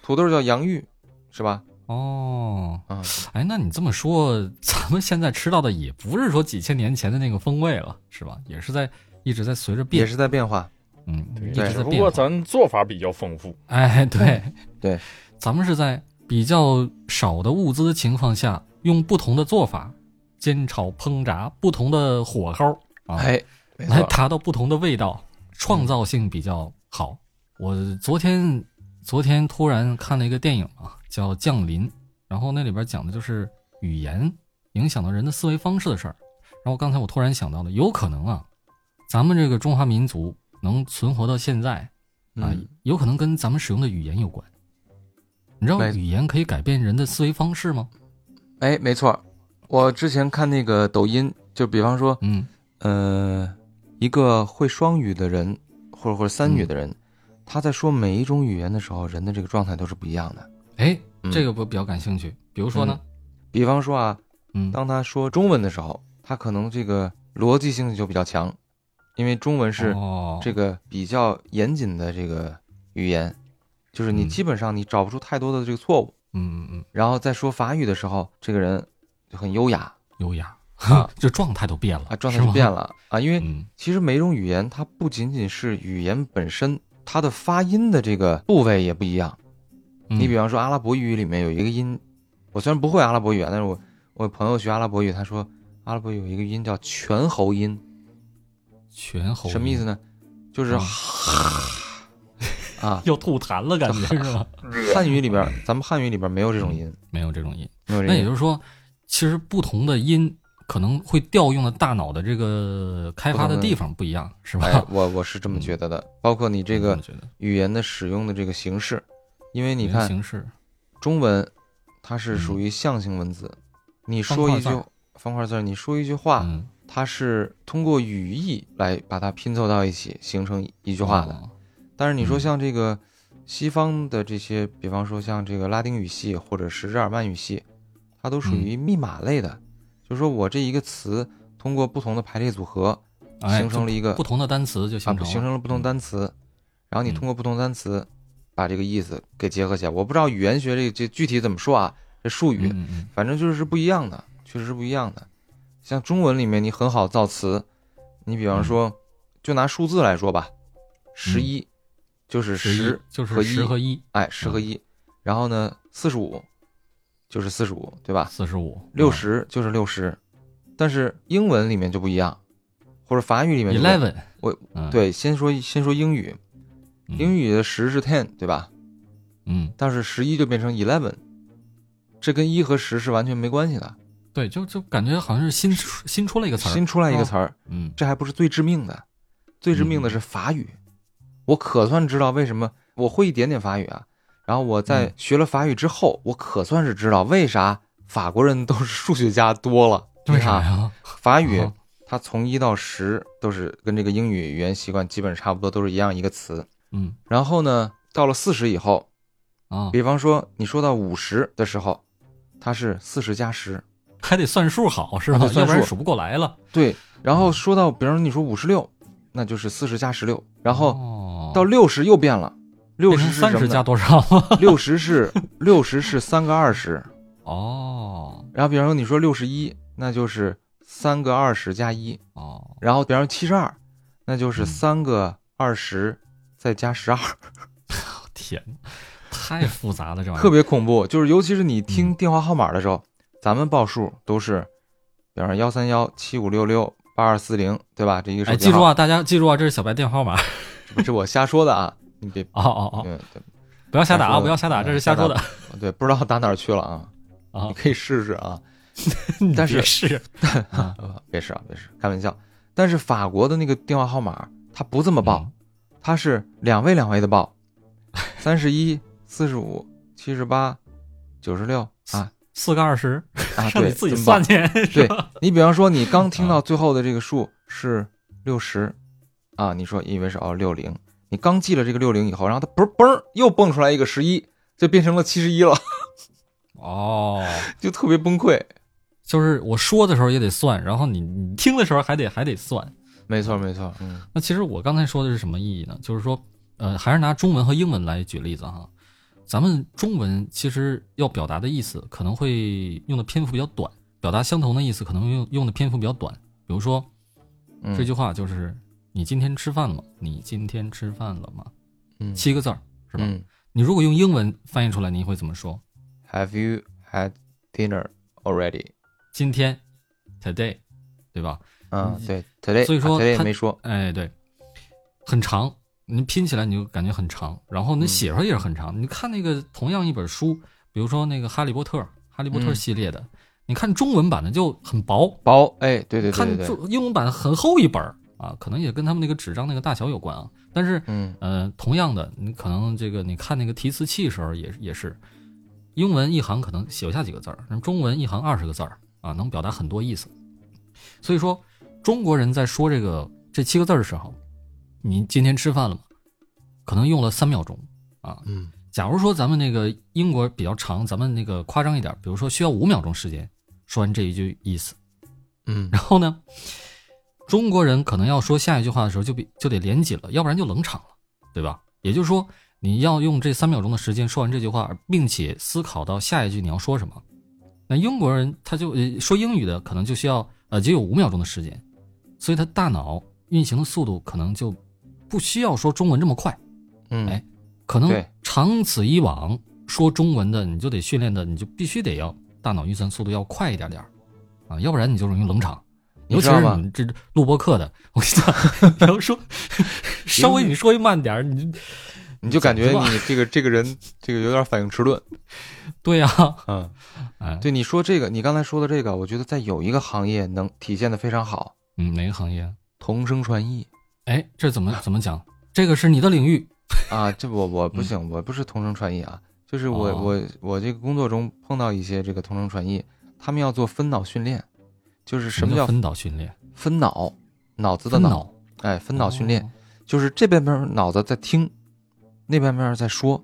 S1: 土豆叫洋芋，是吧？
S3: 哦，
S1: 啊，
S3: 哎，那你这么说， [laughs] 咱们现在吃到的也不是说几千年前的那个风味了，是吧？也是在一直在随着
S1: 也
S3: 变，
S1: 是在变化。
S3: 嗯，一
S1: 对
S3: 直
S1: 只
S3: 在
S2: 不
S3: 变
S2: 过
S3: 化。
S2: 咱嗯做法比较丰富，
S3: 哎，对
S1: 对，
S3: 咱们是在比较少的物资的情况下，用不同的做法，煎炒烹炸，不同的火候啊，
S1: 哎，没
S3: 来
S1: 错，
S3: 嗯达到不同的味道，创造性比较好。我昨天昨天突然看了一个电影啊，叫《降临》，然后那里边讲的就是语言影响到人的思维方式的事儿。然后刚才我突然想到了，有可能啊，咱们这个中华民族能存活到现在啊，
S1: 嗯
S3: 有可能跟咱们使用的语言有关。你知道
S1: 没
S3: 语言可以改变人的思维方式吗？
S1: 哎，没错，我之前看那个抖音，就比方说，
S3: 嗯
S1: 呃，一个会双语的人，或者或者三
S3: 嗯
S1: 语的人，他在说每一种语言的时候，人的这个状态都是不一样的。
S3: 哎，
S1: 嗯
S3: 这个我比较感兴趣。比如说呢，
S1: 比方说啊，
S3: 嗯，
S1: 当他说中文的时候，他可能这个逻辑性就比较强，因为中文是
S3: 哦，
S1: 这个比较严谨的这个语言，就是你
S3: 嗯
S1: 基本上你找不出太多的这个错误。
S3: 嗯嗯嗯，
S1: 然后在说法语的时候，这个人就很优雅
S3: 优雅
S1: 啊，
S3: 这状态都变了
S1: 啊，状态就变
S3: 了。
S1: 了啊，因为
S3: 嗯
S1: 其实每种语言它不仅仅是语言本身，它的发音的这个部位也不一样。
S3: 嗯，
S1: 你比方说阿拉伯语里面有一个音，我虽然不会阿拉伯语啊，但是我我朋友学阿拉伯语，他说阿拉伯语有一个音叫全喉音，
S3: 全喉
S1: 什么意思
S3: 呢？
S1: 呢？就是
S3: 嗯
S1: 啊，
S3: 要吐痰了，感觉是吧？
S1: 汉语里边咱们汉语里边没有这种音，
S3: 没有这
S1: [laughs]
S3: 种音。
S1: 没有这
S3: 那
S1: 种
S3: 也
S1: 音
S3: 就。是说，其实不同的音可能会调用的大脑的这个开发的地方不一样，是吧？
S1: 哎，我我是这么觉得
S3: 嗯
S1: 的，包括你这
S3: [laughs] 我
S1: 个
S3: 么觉得
S1: 语言的使用的这个形式，因为你
S3: 原
S1: 看
S3: 形式，
S1: 中文它是属于象形文字，你说一句
S3: 嗯方块字
S1: 方块字儿，你说一句话，
S3: 嗯，
S1: 它是通过语义来把它拼凑到一起，形成一句话的。
S3: 哦
S1: 但是你说
S3: 嗯
S1: 像这个西方的这些，比方说像这个拉丁语系或者是日耳曼语系，它都属
S3: 嗯
S1: 于密码类的，就是说我这一个词通过不同的排列组合，
S3: 哎，
S1: 形成了一个
S3: 就不同的单词就形
S1: 啊
S3: 成了，
S1: 形成了不同单词，然后你
S3: 嗯
S1: 通过不同单词把这个意思给结合起来。我不知道语言学这这具体怎么说啊，这术语，
S3: 嗯嗯嗯
S1: 反正就是不一样的，确实是不一样的。像中文里面，你很好造词，你比
S3: 嗯
S1: 方说，就拿数字来说吧，十一、就是
S3: 十
S1: 十
S3: 一嗯就是
S1: 和
S3: 十
S1: 一，
S3: 和一，
S1: 哎，十和一。然后呢，四十五就是四十五，对吧？
S3: 四十五，
S1: 六十就是六十，但是英文里面就不一样，或者法语里面就不一样
S3: 嗯 eleven，嗯
S1: 我对，先说先说英语，英
S3: 语，
S1: 语的十是 ten，对吧？
S3: 嗯，
S1: 但是十一就变成 eleven，这跟一和十是完全没关系的。
S3: 对，就就感觉好像是新出新出了一个词儿，
S1: 新出来一个
S3: 哦
S1: 词儿，
S3: 嗯，
S1: 这还不是最致命的，最致命的是法语。我可算知道为什么我会一点点法语啊。然后我在
S3: 嗯
S1: 学了法语之后，我可算是知道为啥法国人都是数学家多了。
S3: 为啥
S1: 你看？啊
S3: 呀？
S1: 法语
S3: 哦
S1: 它从一到十都是跟这个英语语言习惯基本差不多，都是一样一个词。
S3: [laughs] 嗯
S1: 然后呢，到了四十以后，
S3: 啊，
S1: 比方说你说到五十的时候，它是四十加十，
S3: 还得算数好是吧
S1: 还得？算
S3: 要
S1: 数
S3: 不然数不过来了。
S1: 对。然后说到，比方说你说五十六，那就是四十加十六。然后
S3: 哦
S1: 到六十又变了，六
S3: 变
S1: 十
S3: 成
S1: 是什
S3: 三
S1: 么
S3: 十加
S1: 呢？
S3: 多少？
S1: 六十是 [laughs] 六十是三个二十，
S3: [laughs] 哦
S1: 然后比方说你说六十一，那就是三个二十加一，
S3: 哦，
S1: 然后比方说七十二，那就是
S3: 嗯哎
S1: 三个二十再加十二，
S3: 天哪，太复杂了，这玩意儿
S1: [laughs] 特别恐怖。就是尤其是你
S3: 嗯
S1: 听电话号码的时候，咱们报数都是，比方说幺三幺七五六六八二四零，对吧？这一个手
S3: 哎，
S1: 机
S3: 记
S1: 号
S3: 住，啊，大家记住啊，这是小白电话号码。
S1: 这是我瞎说的啊，你别
S3: 哦哦哦，
S1: 对对
S3: 不要瞎打
S1: 瞎说
S3: 啊，
S1: 的
S3: 不要瞎打，
S1: 嗯
S3: 这是瞎说的
S1: 对，不知道打哪儿去了啊，
S3: 啊
S1: 你。可以试试啊。
S3: [laughs] 你
S1: 但是
S3: 别是
S1: 呃，别是啊，别是，开玩笑。但是法国的那个电话号码，它不这么
S3: 嗯
S1: 报，它是两位两位的报，三十一、四十五、七十八、九十六啊
S3: 四个二十， [laughs]
S1: 啊！
S3: 让
S1: 对，
S3: 你自己
S1: 这么报
S3: 算。去。
S1: [laughs]
S3: [laughs]
S1: 对你比方说，你刚听到最后的这个数是六十，啊，你说以为是哦六零，你刚记了这个六零以后，然后它嘣嘣儿又蹦出来一个十一，就变成了七十一了， [laughs]
S3: 哦，
S1: 就特别崩溃。
S3: 就是我说的时候也得算，然后你你听的时候还得还得算。
S1: 没错，没错，嗯
S3: 那其实我刚才说的是什么意义呢？就是说，呃，还是拿中文和英文来举例子哈。咱们中文其实要表达的意思可能会用的篇幅比较短，表达相同的意思可能用用的篇幅比较短。比如说，
S1: 嗯，
S3: 这句话就是“你今天吃饭了吗？你今天吃饭了吗？”
S1: 嗯
S3: 七个字儿是吧？
S1: 嗯
S3: 你如果用英文翻译出来，你会怎么说？
S1: ，Have you had dinner already？
S3: 今天，today，对吧？
S1: 嗯，
S3: 嗯
S1: 对，today，
S3: 所以说
S1: today
S3: 他
S1: 没说，
S3: 哎，对，很长，你拼起来你就感觉很长，然
S1: 嗯
S3: 后你写出来也是很长。你看那个同样一本书，比如说那个《哈利波特》，《哈利波特》
S1: 嗯
S3: 系列的，你看中文版的就很薄，
S1: 薄，哎，对对对对
S3: 看
S1: 对，
S3: 中英文版很厚一本儿啊，可能也跟他们那个纸张那个大小有关啊。但是
S1: 嗯，
S3: 呃，同样的，你可能这个你看那个提词器时候也也是，英文一行可能写不下几个字儿，那中文一行二十个字儿啊，能表达很多意思。所以说，中国人在说这个这七个字儿的时候，你今天吃饭了吗？可能用了三秒钟啊。
S1: 嗯，
S3: 假如说咱们那个英国比较长，咱们那个夸张一点，比如说需要五秒钟时间说完这一句意思，
S1: 嗯，
S3: 然后呢，中国人可能要说下一句话的时候就比就得连紧了，要不然就冷场了，对吧？也就是说，你要用这三秒钟的时间说完这句话，并且思考到下一句你要说什么。那英国人他就呃说英语的可能就需要呃只有五秒钟的时间，所以他大脑运行的速度可能就不需要说中文这么快，
S1: 嗯，
S3: [laughs] 哎可能
S1: 对
S3: 长此以往说中文的你就得训练的你就必须得要大脑运算速度要快一点点儿啊，要不然你就容易冷场。
S1: 你
S3: 尤其
S1: 知道
S3: 是
S1: 吗
S3: 你这录播课的，我跟你讲， [laughs] 你要说稍微你说一慢点儿，你就
S1: 你就感觉
S3: 是吧
S1: 你这个这个人这个有点反应迟钝，
S3: 对啊呀、
S1: 嗯，
S3: 哎，
S1: 对你说这个，你刚才说的这个，我觉得在有一个行业能体现的非常好，
S3: 嗯，哪个行业？
S1: 同声传 [laughs] 译
S3: 哎，这
S1: [laughs]
S3: 怎么怎么讲？这个是你的领域，
S1: 啊，这我我不行，我不是同声传译啊，就是我、
S3: 哦
S1: 我我这个工作中碰到一些这个同声传译，他们要做分脑训练，就是什么叫
S3: 分导训练？
S1: 分脑，脑子的
S3: 分
S1: 脑，
S3: 脑
S1: 哎，分脑训练，
S3: 哦
S1: 就是这边边脑子在听，那边边在说，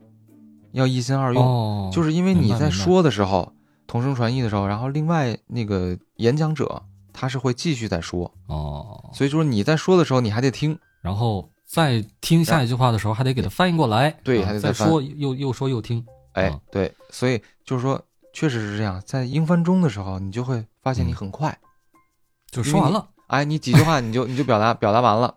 S1: 要一心二用，
S3: 哦，
S1: 就是因为
S3: 明
S1: 你
S3: 白
S1: 在
S3: 明白
S1: 说的时候，同声传译的时候，然后另外那个演讲者他是会继续在说，
S3: 哦，
S1: 所以说你在说的时候你还得听，
S3: 然后在听下一句话的时候还得给它翻译过来，
S1: 对
S3: 啊
S1: 还得
S3: 再
S1: 再翻
S3: 说又又说又听，
S1: 哎，
S3: 嗯
S1: 对，所以就是说，确实是这样，在英翻中的时候，你就会发现你
S3: 嗯
S1: 很快，
S3: 就说完
S1: 因为
S3: 了，
S1: 哎，你几句话你就 [laughs] 你就表达表达完了，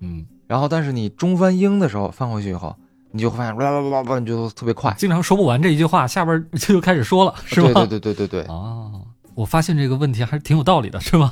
S3: 嗯，
S1: 然后但是你中翻英的时候翻回去以后，你就会发现啦啦啦啦啦，你就特别快，
S3: 经常说不完这一句话，下边儿就又开始说了， [laughs] 是吧？
S1: 啊对对对对对对，
S3: 哦，我发现这个问题还是挺有道理的，是
S1: [laughs]
S3: 吧？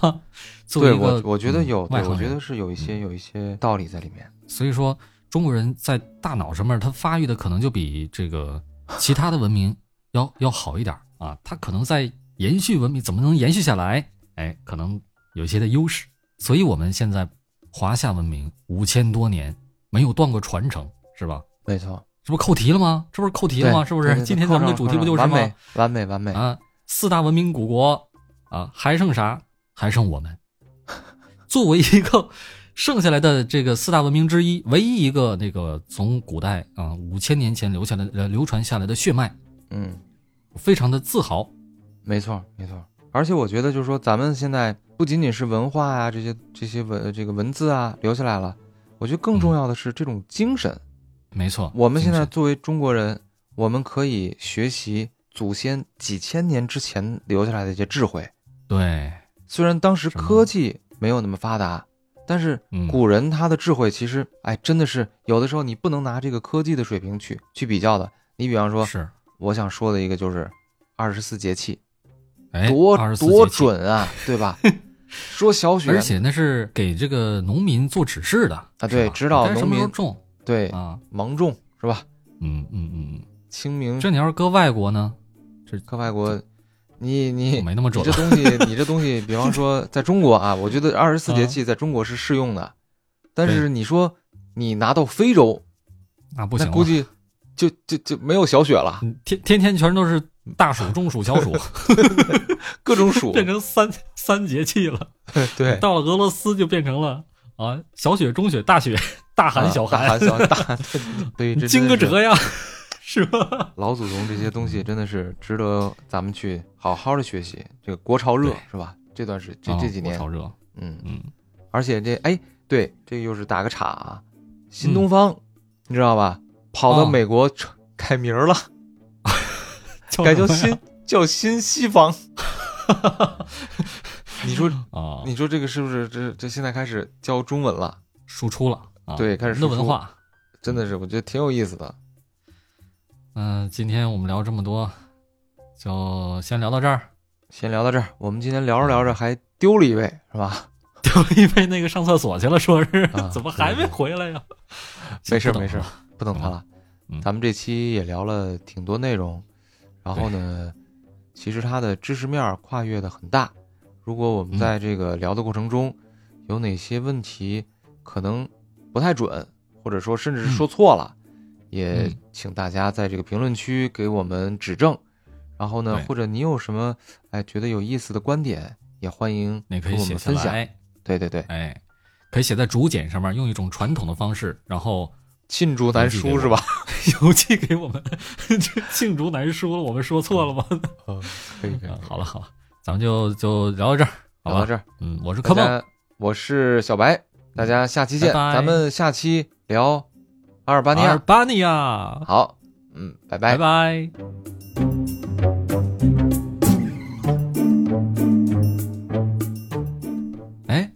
S3: 作为
S1: 对
S3: 一个
S1: 我我觉得
S3: 嗯
S1: 有，
S3: 外
S1: 对
S3: 行
S1: 我觉
S3: 人嗯
S1: 得是有一些有一些道理在里面，
S3: 所以说中国人在大脑上面，他发育的可能就比这个其他的文明要要好一点儿啊。他可能在延续文明怎么能延续下来，哎，可能有一些的优势。所以我们现在华夏文明五千多年没有断过传承，是吧？
S1: 没错，
S3: 这不扣题了吗？这不是扣题了吗？
S1: 对
S3: 是不
S1: 对
S3: 是？
S1: 对对
S3: 今天
S1: 扣
S3: 咱们
S1: 上
S3: 的主题
S1: 扣
S3: 不
S1: 上
S3: 就是
S1: 完
S3: 吗
S1: 美？完美完美？
S3: 啊，四大文明古国啊，还剩啥？还剩我们。作为一个剩下来的这个四大文明之一，唯一一个那个从古代啊五千年前留下来的呃流传下来的血脉，
S1: 嗯，
S3: 我非常的自豪。
S1: 没错没错，而且我觉得就是说，咱们现在不仅仅是文化啊这些这些文这个文字啊留下来了，我觉得更重要的是这种精神。
S3: 没错，
S1: 我们现在
S3: 精神
S1: 作为中国人，我们可以学习祖先几千年之前留下来的一些智慧。
S3: 对，
S1: 虽然当时
S3: 什么
S1: 科技没有那么发达，但是
S3: 嗯，
S1: 古人他的智慧其实，哎，真的是有的时候你不能拿这个科技的水平去去比较的。你比方说，
S3: 是
S1: 我想说的一个就是二十四节气，
S3: 哎，
S1: 多
S3: 24
S1: 多
S3: 节气，
S1: 准
S3: [laughs]
S1: 啊，对吧？说小雪
S3: 而，且那是给这个农民做指示的啊
S1: 对指导
S3: 什么时候
S1: 农民
S3: 种
S1: 对，
S3: 啊，
S1: 芒种是吧？
S3: 嗯嗯嗯
S1: 清
S3: 嗯，
S1: 明
S3: 这你要是搁外国呢，
S1: 各外国，你你
S3: 就没那么
S1: 你
S3: 准
S1: 这
S3: 了。
S1: 东西，你这东西，比方说在中国啊，我觉得二十四节气在中国是适用的，但是你说你拿到非洲，
S3: 那不
S1: 那
S3: 行了，
S1: 估计就就就没有小雪了，
S3: 嗯天天天全都是大
S1: 嗯
S3: 暑、中暑、小暑，
S1: [laughs] 各种
S3: [laughs]
S1: 暑。
S3: 变成三三节气了。
S1: [laughs] 对，啊
S3: 到了俄罗斯就变成了啊，小雪、中雪、大雪、大寒、小
S1: 寒、
S3: 寒，
S1: 啊大寒、小寒，对
S3: [laughs]
S1: 对，这
S3: 惊
S1: 真
S3: 个
S1: 的是
S3: 折呀，
S1: [laughs]
S3: 是吧？
S1: 老祖宗这些东西真的是值得咱们去好好的学习。这个国潮热
S3: 对
S1: 是吧？这段时这这几
S3: 啊
S1: 年
S3: 我，超热，
S1: 嗯，
S3: 嗯，
S1: 而且这哎，对，这又是打个岔啊，新东方，你知道吧？跑到
S3: 啊
S1: 美国成改名儿了。 [laughs]
S3: 哦
S1: 改叫
S3: 什么
S1: 新
S3: 呀
S1: 叫新西方。你说
S3: 啊，
S1: 你说这个是不是这这现在开始教中文了？
S3: 输出了啊，
S1: 对开始输
S3: 的
S1: 出
S3: 文化。
S1: 真的是，我觉得挺有意思的。
S3: 嗯、今天我们聊这么多，就先聊到这儿。 [laughs]
S1: 先聊到这儿，我们今天聊着聊着还丢了一位，是吧？
S3: 就因为那个上厕所去了，说是、
S1: 啊
S3: 怎么还没回来呀？
S1: 没事
S3: 不懂
S1: 没事
S3: 了，
S1: 不等他了
S3: 嗯。
S1: 咱们这期也聊了挺多内容，然后呢，其实它的知识面儿跨越的很大。如果我们
S3: 嗯
S1: 在这个聊的过程中，有哪些问题可能不太准，或者说甚至是说错了，也
S3: 嗯
S1: 请大家在这个评论区给我们指正。然后呢
S3: 对，
S1: 或者你有什么哎觉得有意思的观点，也欢迎
S3: 你可
S1: 跟
S3: 以
S1: 我
S3: 写
S1: 们
S3: 下
S1: 分享。
S3: 来，
S1: 对对对，
S3: 哎，可以写在竹简上面，用一种传统的方式，然后 [laughs]
S1: 罄竹难
S3: 寄给
S1: 书
S3: 我
S1: 是吧？
S3: 邮寄给我们。这罄竹难书了，我们说错了吗？
S1: 嗯，可 [laughs] 以可以。
S3: 啊 [laughs] 好了好了，咱们就就聊到这儿，好
S1: 聊到
S3: 吧？
S1: 这儿。
S3: 嗯，我是
S1: 大
S3: 科梦，
S1: 家，我是小白，大家下期见，
S3: 拜拜
S1: 咱们下期聊阿尔巴尼
S3: 阿尔
S1: 亚。
S3: 巴尼亚，
S1: 好，嗯，拜拜
S3: 拜。拜。哎，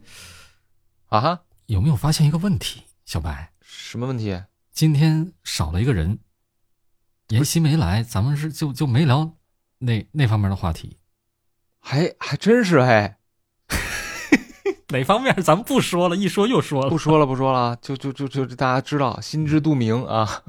S1: 啊哈，
S3: 有没有发现一个问题，小白？
S1: 什么问题？
S3: 今天少了一个人，妍希没来，咱们是就就没聊那那方面的话题。
S1: 还还真是
S3: [laughs]
S1: 哎，
S3: 哪方面咱们不说了，一说又说了
S1: 不。说了不说了，就就就就大家知道，心知肚明啊。